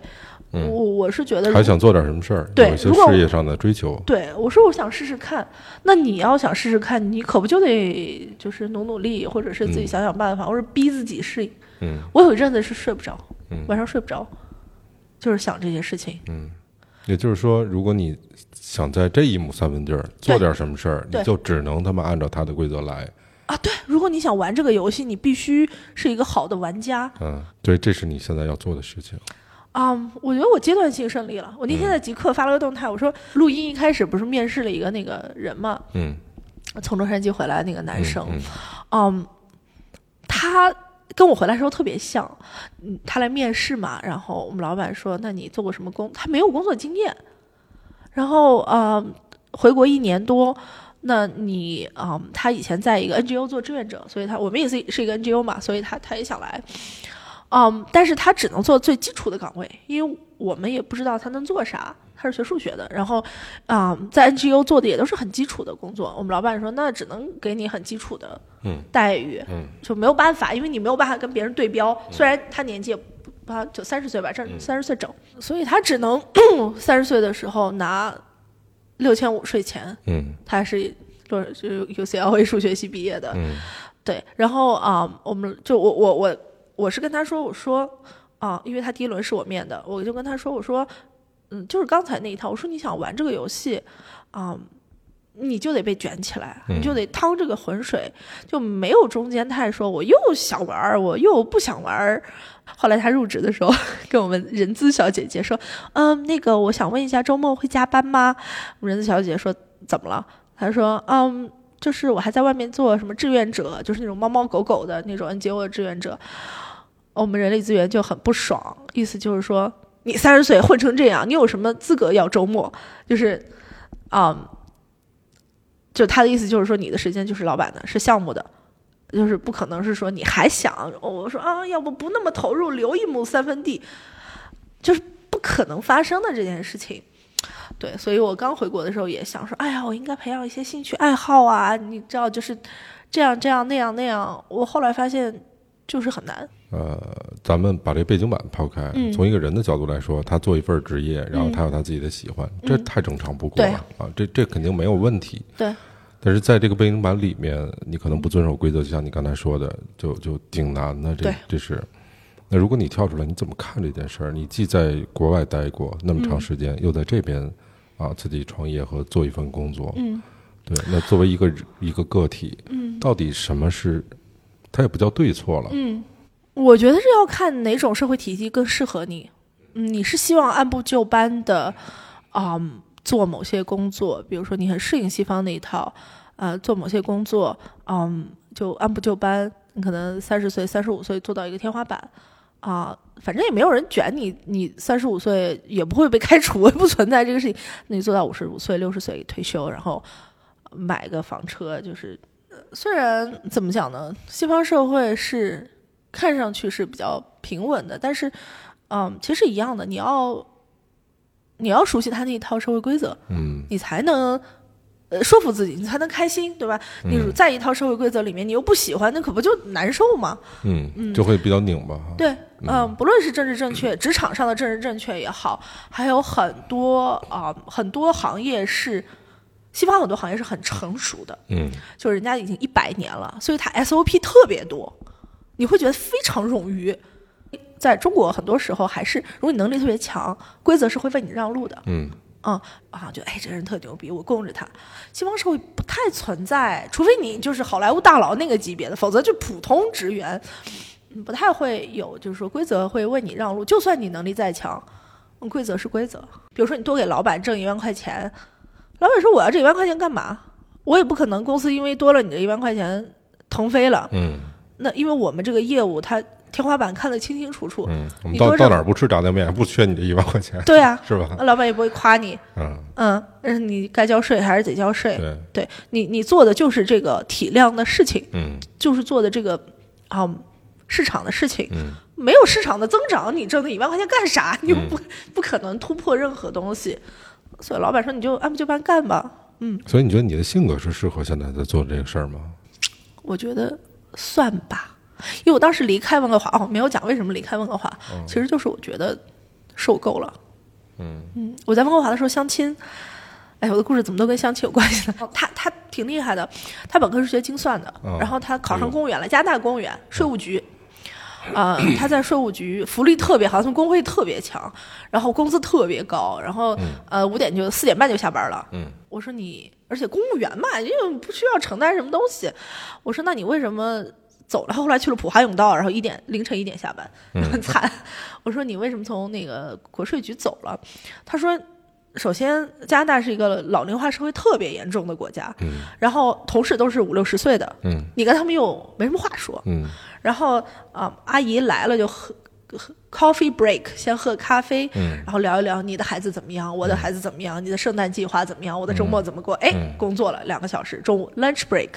嗯
我我是觉得如
还想做点什么事儿，
对
有一些
如果
事业上的追求，
对，我说我想试试看。那你要想试试看，你可不就得就是努努力，或者是自己
嗯
想想办法，或者逼自己适应。
嗯
我有一阵子是睡不着，
嗯
晚上睡不着，就是想这些事情。
嗯。也就是说，如果你想在这一亩三分地儿做点什么事儿，
对
你就只能他妈按照他的规则来，
啊，对，如果你想玩这个游戏，你必须是一个好的玩家
嗯，对，这是你现在要做的事情，
啊、我觉得我阶段性胜利了。我那
嗯
天在极客发了个动态，我说录音一开始不是面试了一个那个人嘛，
嗯，
从洛杉矶回来那个男
嗯
生，
嗯
嗯，他跟我回来时候特别像，嗯，他来面试嘛，然后我们老板说，那你做过什么工？他没有工作经验，然后呃，回国一年多，那你啊、嗯他以前在一个 NGO 做志愿者，所以他我们也是是一个 NGO 嘛，所以他他也想来，嗯，但是他只能做最基础的岗位，因为我们也不知道他能做啥。他是学数学的，然后，啊、在 NGO 做的也都是很基础的工作。我们老板说，那只能给你很基础的
嗯
待遇，
嗯
就没有办法，因为你没有办法跟别人对标。虽然他年纪也不啊，就三十岁吧，正三十岁整，所以他只能 *coughs* 三十岁的时候拿六千五税前。
嗯
他是洛就是 UCLA 数学系毕业的，
嗯
对。然后啊、我们就我我我我是跟他说，我说啊、因为他第一轮是我面的，我就跟他说，我说，嗯，就是刚才那一套，我说你想玩这个游戏，啊、你就得被卷起来，
嗯
你就得趟这个浑水，就没有中间态说我又想玩儿，我又不想玩儿。后来他入职的时候， *laughs* 跟我们人资小姐姐说：“嗯，那个我想问一下，周末会加班吗？”我们人资小姐姐说：“怎么了？”她说：“嗯，就是我还在外面做什么志愿者，就是那种猫猫狗狗的那种 NGO 的志愿者。”我们人力资源就很不爽，意思就是说，你三十岁混成这样，你有什么资格要周末？就是，嗯，就他的意思就是说，你的时间就是老板的，是项目的，就是不可能是说你还想。我说啊，要不不那么投入，留一亩三分地，就是不可能发生的这件事情。对，所以我刚回国的时候也想说，哎呀，我应该培养一些兴趣爱好啊，你知道，就是这样这样那样那样。我后来发现就是很难。
呃，咱们把这背景板抛开，
嗯
从一个人的角度来说，他做一份职业，然后他有他自己的喜欢，这太正常不
嗯
过
对
了、啊，这这肯定没有问题。
对，
但是在这个背景板里面，你可能不遵守规则，就像你刚才说的，就就挺难的。这
对
这是，那如果你跳出来，你怎么看这件事儿？你既在国外待过那么长时间，又在这边啊自己创业和做一份工作，
嗯
对，那作为一个一个个体，
嗯
到底什么是？它也不叫对错了，
嗯，我觉得是要看哪种社会体系更适合你。嗯，你是希望按部就班的，啊、做某些工作，比如说你很适应西方那一套，呃，做某些工作，嗯，就按部就班。你可能三十岁、三十五岁做到一个天花板，啊、反正也没有人卷你，你三十五岁也不会被开除， *laughs* 不存在这个事情。那你做到五十五岁、六十岁退休，然后买个房车，就是呃虽然怎么讲呢，西方社会是看上去是比较平稳的，但是，嗯，其实一样的，你要你要熟悉他那一套社会规则，
嗯
你才能呃说服自己，你才能开心，对吧？你
嗯
在一套社会规则里面，你又不喜欢，那可不就难受吗？
嗯，就会比较拧巴哈。
对，嗯、不论是政治正确，职场上的政治正确也好，还有很多啊、很多行业是西方很多行业是很成熟的，
嗯
就是人家已经一百年了，所以它 SOP 特别多，你会觉得非常冗余。在中国，很多时候还是如果你能力特别强，规则是会为你让路的。
嗯
嗯啊，就哎，这人特牛逼，我供着他。西方社会不太存在，除非你就是好莱坞大佬那个级别的，否则就普通职员，嗯不太会有就是说规则会为你让路。就算你能力再强，嗯规则是规则。比如说你多给老板挣一万块钱，老板说我要这一万块钱干嘛？我也不可能公司因为多了你这一万块钱腾飞了。
嗯
那因为我们这个业务它天花板看得清清楚楚，
嗯，我们
你
到
多
到
挣
哪儿不吃炸酱面，不缺你这一万块钱，
对啊，
*laughs* 是吧？
那老板也不会夸你，
嗯，
嗯，但是你该交税还是得交税。
对，
对你，你做的就是这个体量的事情，
嗯
就是做的这个啊、市场的事情。
嗯
没有市场的增长，你挣那一万块钱干啊啥？你又不、不可能突破任何东西。所以老板说你就按部就班干吧。嗯，
所以你觉得你的性格是适合现在在做这个事儿吗？
我觉得算吧，因为我当时离开温哥华，哦，没有讲为什么离开温哥华，
嗯
其实就是我觉得受够了。嗯我在温哥华的时候相亲，哎，我的故事怎么都跟相亲有关系呢？他他挺厉害的，他本科是学精算的，
哦
然后他考
哎
上
呦
公务员了，加拿大公务员，税务局。啊、他在税务局福利特别好，他们工会特别强，然后工资特别高，然后、呃五点就四点半就下班了。
嗯，
我说你，而且公务员嘛，因为不需要承担什么东西。我说那你为什么走了？后来去了普华永道，然后一点凌晨一点下班，
嗯
很惨。 *laughs* 我说你为什么从那个国税局走了？他说。首先，加拿大是一个老龄化社会特别严重的国家，然后同事都是五六十岁的，
嗯
你跟他们又没什么话说，
嗯
然后啊、阿姨来了就喝喝 coffee break，先喝咖啡，
嗯
然后聊一聊你的孩子怎么样，我的孩子怎么样，你的圣诞计划怎么样，我的周
嗯
末怎么过？哎、工作了两个小时，中午 lunch break，、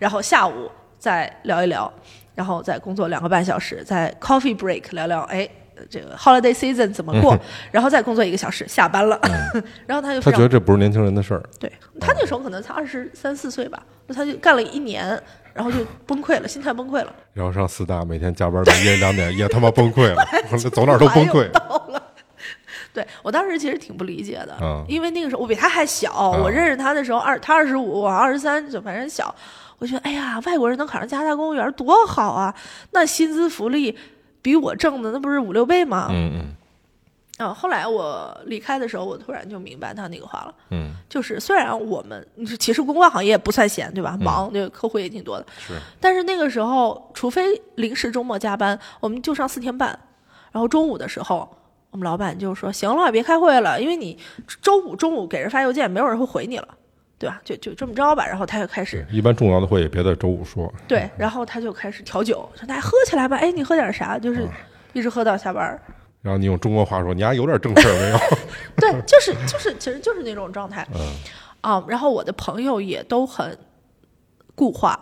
然
嗯
后下午再聊一聊，然后再工作两个半小时，再 coffee break 聊聊，哎。这个 holiday season 怎么过？然后再工作一个小时，下班了， *laughs* 然后他就
嗯
非
他觉
常
得这不是年轻人的事儿，
对他那时候可能才二十三四岁吧，那他就干了一年，然后就崩溃了，心态崩溃了。
然后上四大每天加班到一夜两点， *laughs* 也他妈
*laughs*
崩溃了，后 *laughs* 来走哪儿都崩
哎
溃。
到了。 *laughs* 对我当时其实挺不理解的，
嗯
因为那个时候我比他还小，我认识他的时候二他二十五，我二十三，就反正小。我觉得哎呀，外国人能考上加拿大公务员多好啊！那薪资福利比我挣的那不是五六倍吗？
嗯嗯
啊，后来我离开的时候，我突然就明白他那个话了，
嗯，
就是虽然我们其实公关行业不算闲，对吧？忙，对客户也挺多的，
是
但是那个时候，除非临时周末加班，我们就上四天半。然后中午的时候，我们老板就说：“行了，别开会了，因为你周五中午给人发邮件，没有人会回你了，对吧？就就这么着吧。”然后他就开始
一般重要的会也别在周五说。
对，然后他就开始调酒，说：“大家喝起来吧，哎，你喝点啥？”就是一直喝到下班儿。
然后你用中国话说，你还有点正事儿没有？
对，就是就是，其实就是那种状态。啊，然后我的朋友也都很固化。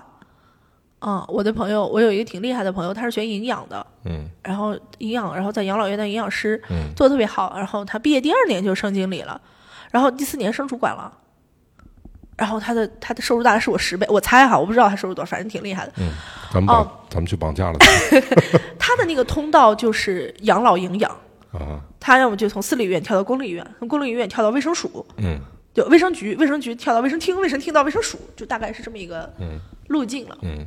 啊，我的朋友，我有一个挺厉害的朋友，他是学营养的，
嗯
然后营养，然后在养老院当营养师，
嗯
做的特别好。然后他毕业第二年就升经理了，然后第四年升主管了。然后他的他的收入大概是我十倍，我猜哈，我不知道他收入多少，反正挺厉害的。
嗯，咱们绑、咱们去绑架了他
他的那个通道就是养老营养，
啊！
他要么就从私立医院跳到公立医院，从公立医院跳到卫生署，
嗯
就卫生局，卫生局跳到卫生厅，卫生厅到卫生署，就大概是这么一个路径了。
嗯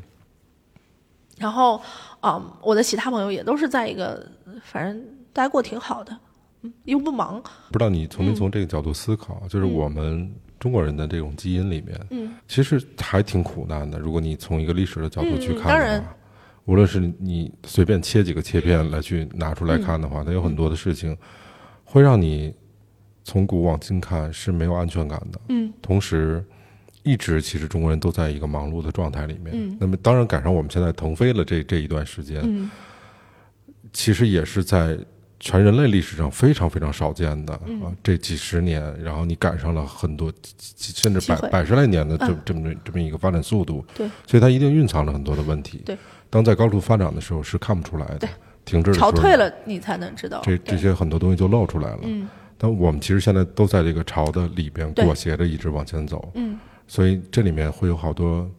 然后，嗯，我的其他朋友也都是在一个，反正大家过得挺好的，嗯，又不忙，
不知道你
嗯
从没从这个角度思考，就是我们中国人的这种基因里面，
嗯，
其实还挺苦难的。如果你从一个历史的角度去
嗯
看的
当
话，
然
无论是你随便切几个切片来去拿出来看的
嗯
话，它有很多的事情会让你从古往今看是没有安全感的。
嗯，
同时。一直其实中国人都在一个忙碌的状态里面，
嗯
那么当然赶上我们现在腾飞了这这一段时间，
嗯
其实也是在全人类历史上非常非常少见的、
嗯
啊，这几十年，然后你赶上了很多，几几甚至
机
百
会
百十来年的这、
嗯
这么这么一个发展速度，
对，
所以它一定蕴藏了很多的问题。
对，
当在高速发展的时候是看不出来的
对，
停滞的时
潮
候
退，了你才能知道。
这
哦对
这些很多东西就露出来了。
嗯
但我们其实现在都在这个潮的里边
对
裹挟着一直往前走，
嗯
所以这里面会有好多。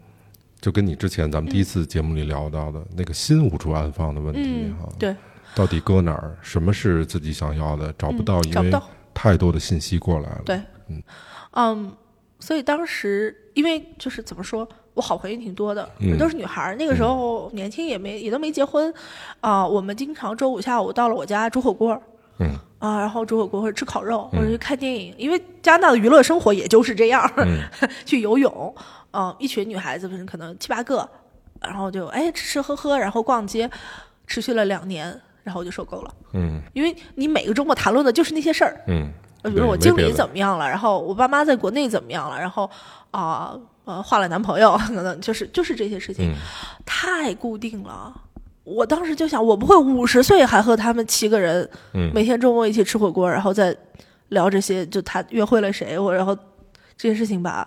就跟你之前咱们第一次节目里聊到的那个心无处安放的问题
嗯
哈、，
对，
到底搁哪儿？什么是自己想要的？找不到，
嗯
因
找不
为
到
太多的信息过来了。
对，嗯，所以当时因为就是怎么说，我好朋友挺多的，
嗯
都是女孩儿。那个时候年轻也没也都没结婚，啊、我们经常周五下午到了我家煮火锅儿，
嗯
啊、然后煮火锅或者吃烤肉，或者去看电影，因为加拿大的娱乐生活也就是这样儿，
嗯
*laughs* 去游泳，嗯、一群女孩子可能七八个，然后就哎吃吃喝喝，然后逛街，持续了两年，然后我就受够了，
嗯
因为你每个周末谈论的就是那些事儿，
嗯，
比呃如说我
对
经
没别
理
的
怎么样了，然后我爸妈在国内怎么样了，然后啊呃换了男朋友，可能就是就是这些事情、
嗯
太固定了。我当时就想，我不会五十岁还和他们七个人，
嗯
每天周末一起吃火锅，然后再聊这些，就他约会了谁，我然后这些事情吧。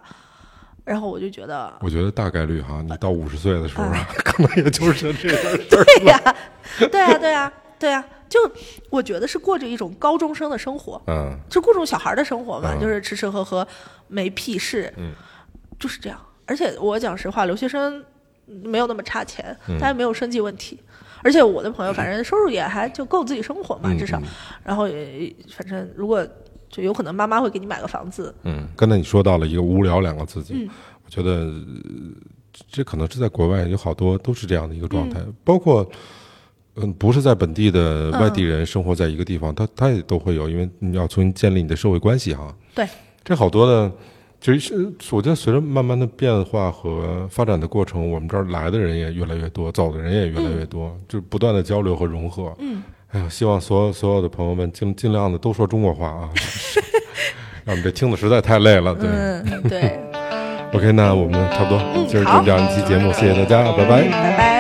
然后我就觉
*laughs*
得，
我觉得大概率哈，你到 *laughs* 五十岁的时候啊，可能也就是这件事儿。
对呀、对呀、对呀、对呀、啊就我觉得是过着一种高中生的生活，
嗯，
*laughs* 就顾种小孩的生活嘛，
嗯
就是吃吃喝喝，没屁事，
嗯
就是这样。而且我讲实话，留学生没有那么差钱，
嗯
大家没有生计问题。而且我的朋友，反正收入也还就够自己生活嘛，
嗯
啊至少。
嗯
然后也反正如果就有可能，妈妈会给你买个房子。
嗯，刚才你说到了一个“无聊”两个字，我觉得呃这可能是在国外有好多都是这样的一个状态，包括嗯，不是在本地的外地人生活在一个地方，他他也都会有，因为你要重新建立你的社会关系哈。
对，
这好多的，其实是我觉得随着慢慢的变化和发展的过程，我们这儿来的人也越来越多，走的人也越来越多，就是不断的交流和融合。嗯，哎呀，希望所有所有的朋友们尽尽量的都说中国话啊，让我们这听的实在太累了。对、
嗯，对，嗯
o k 那我们差不多，今儿
好
就这样一期节目，谢谢大家，拜拜。
拜拜。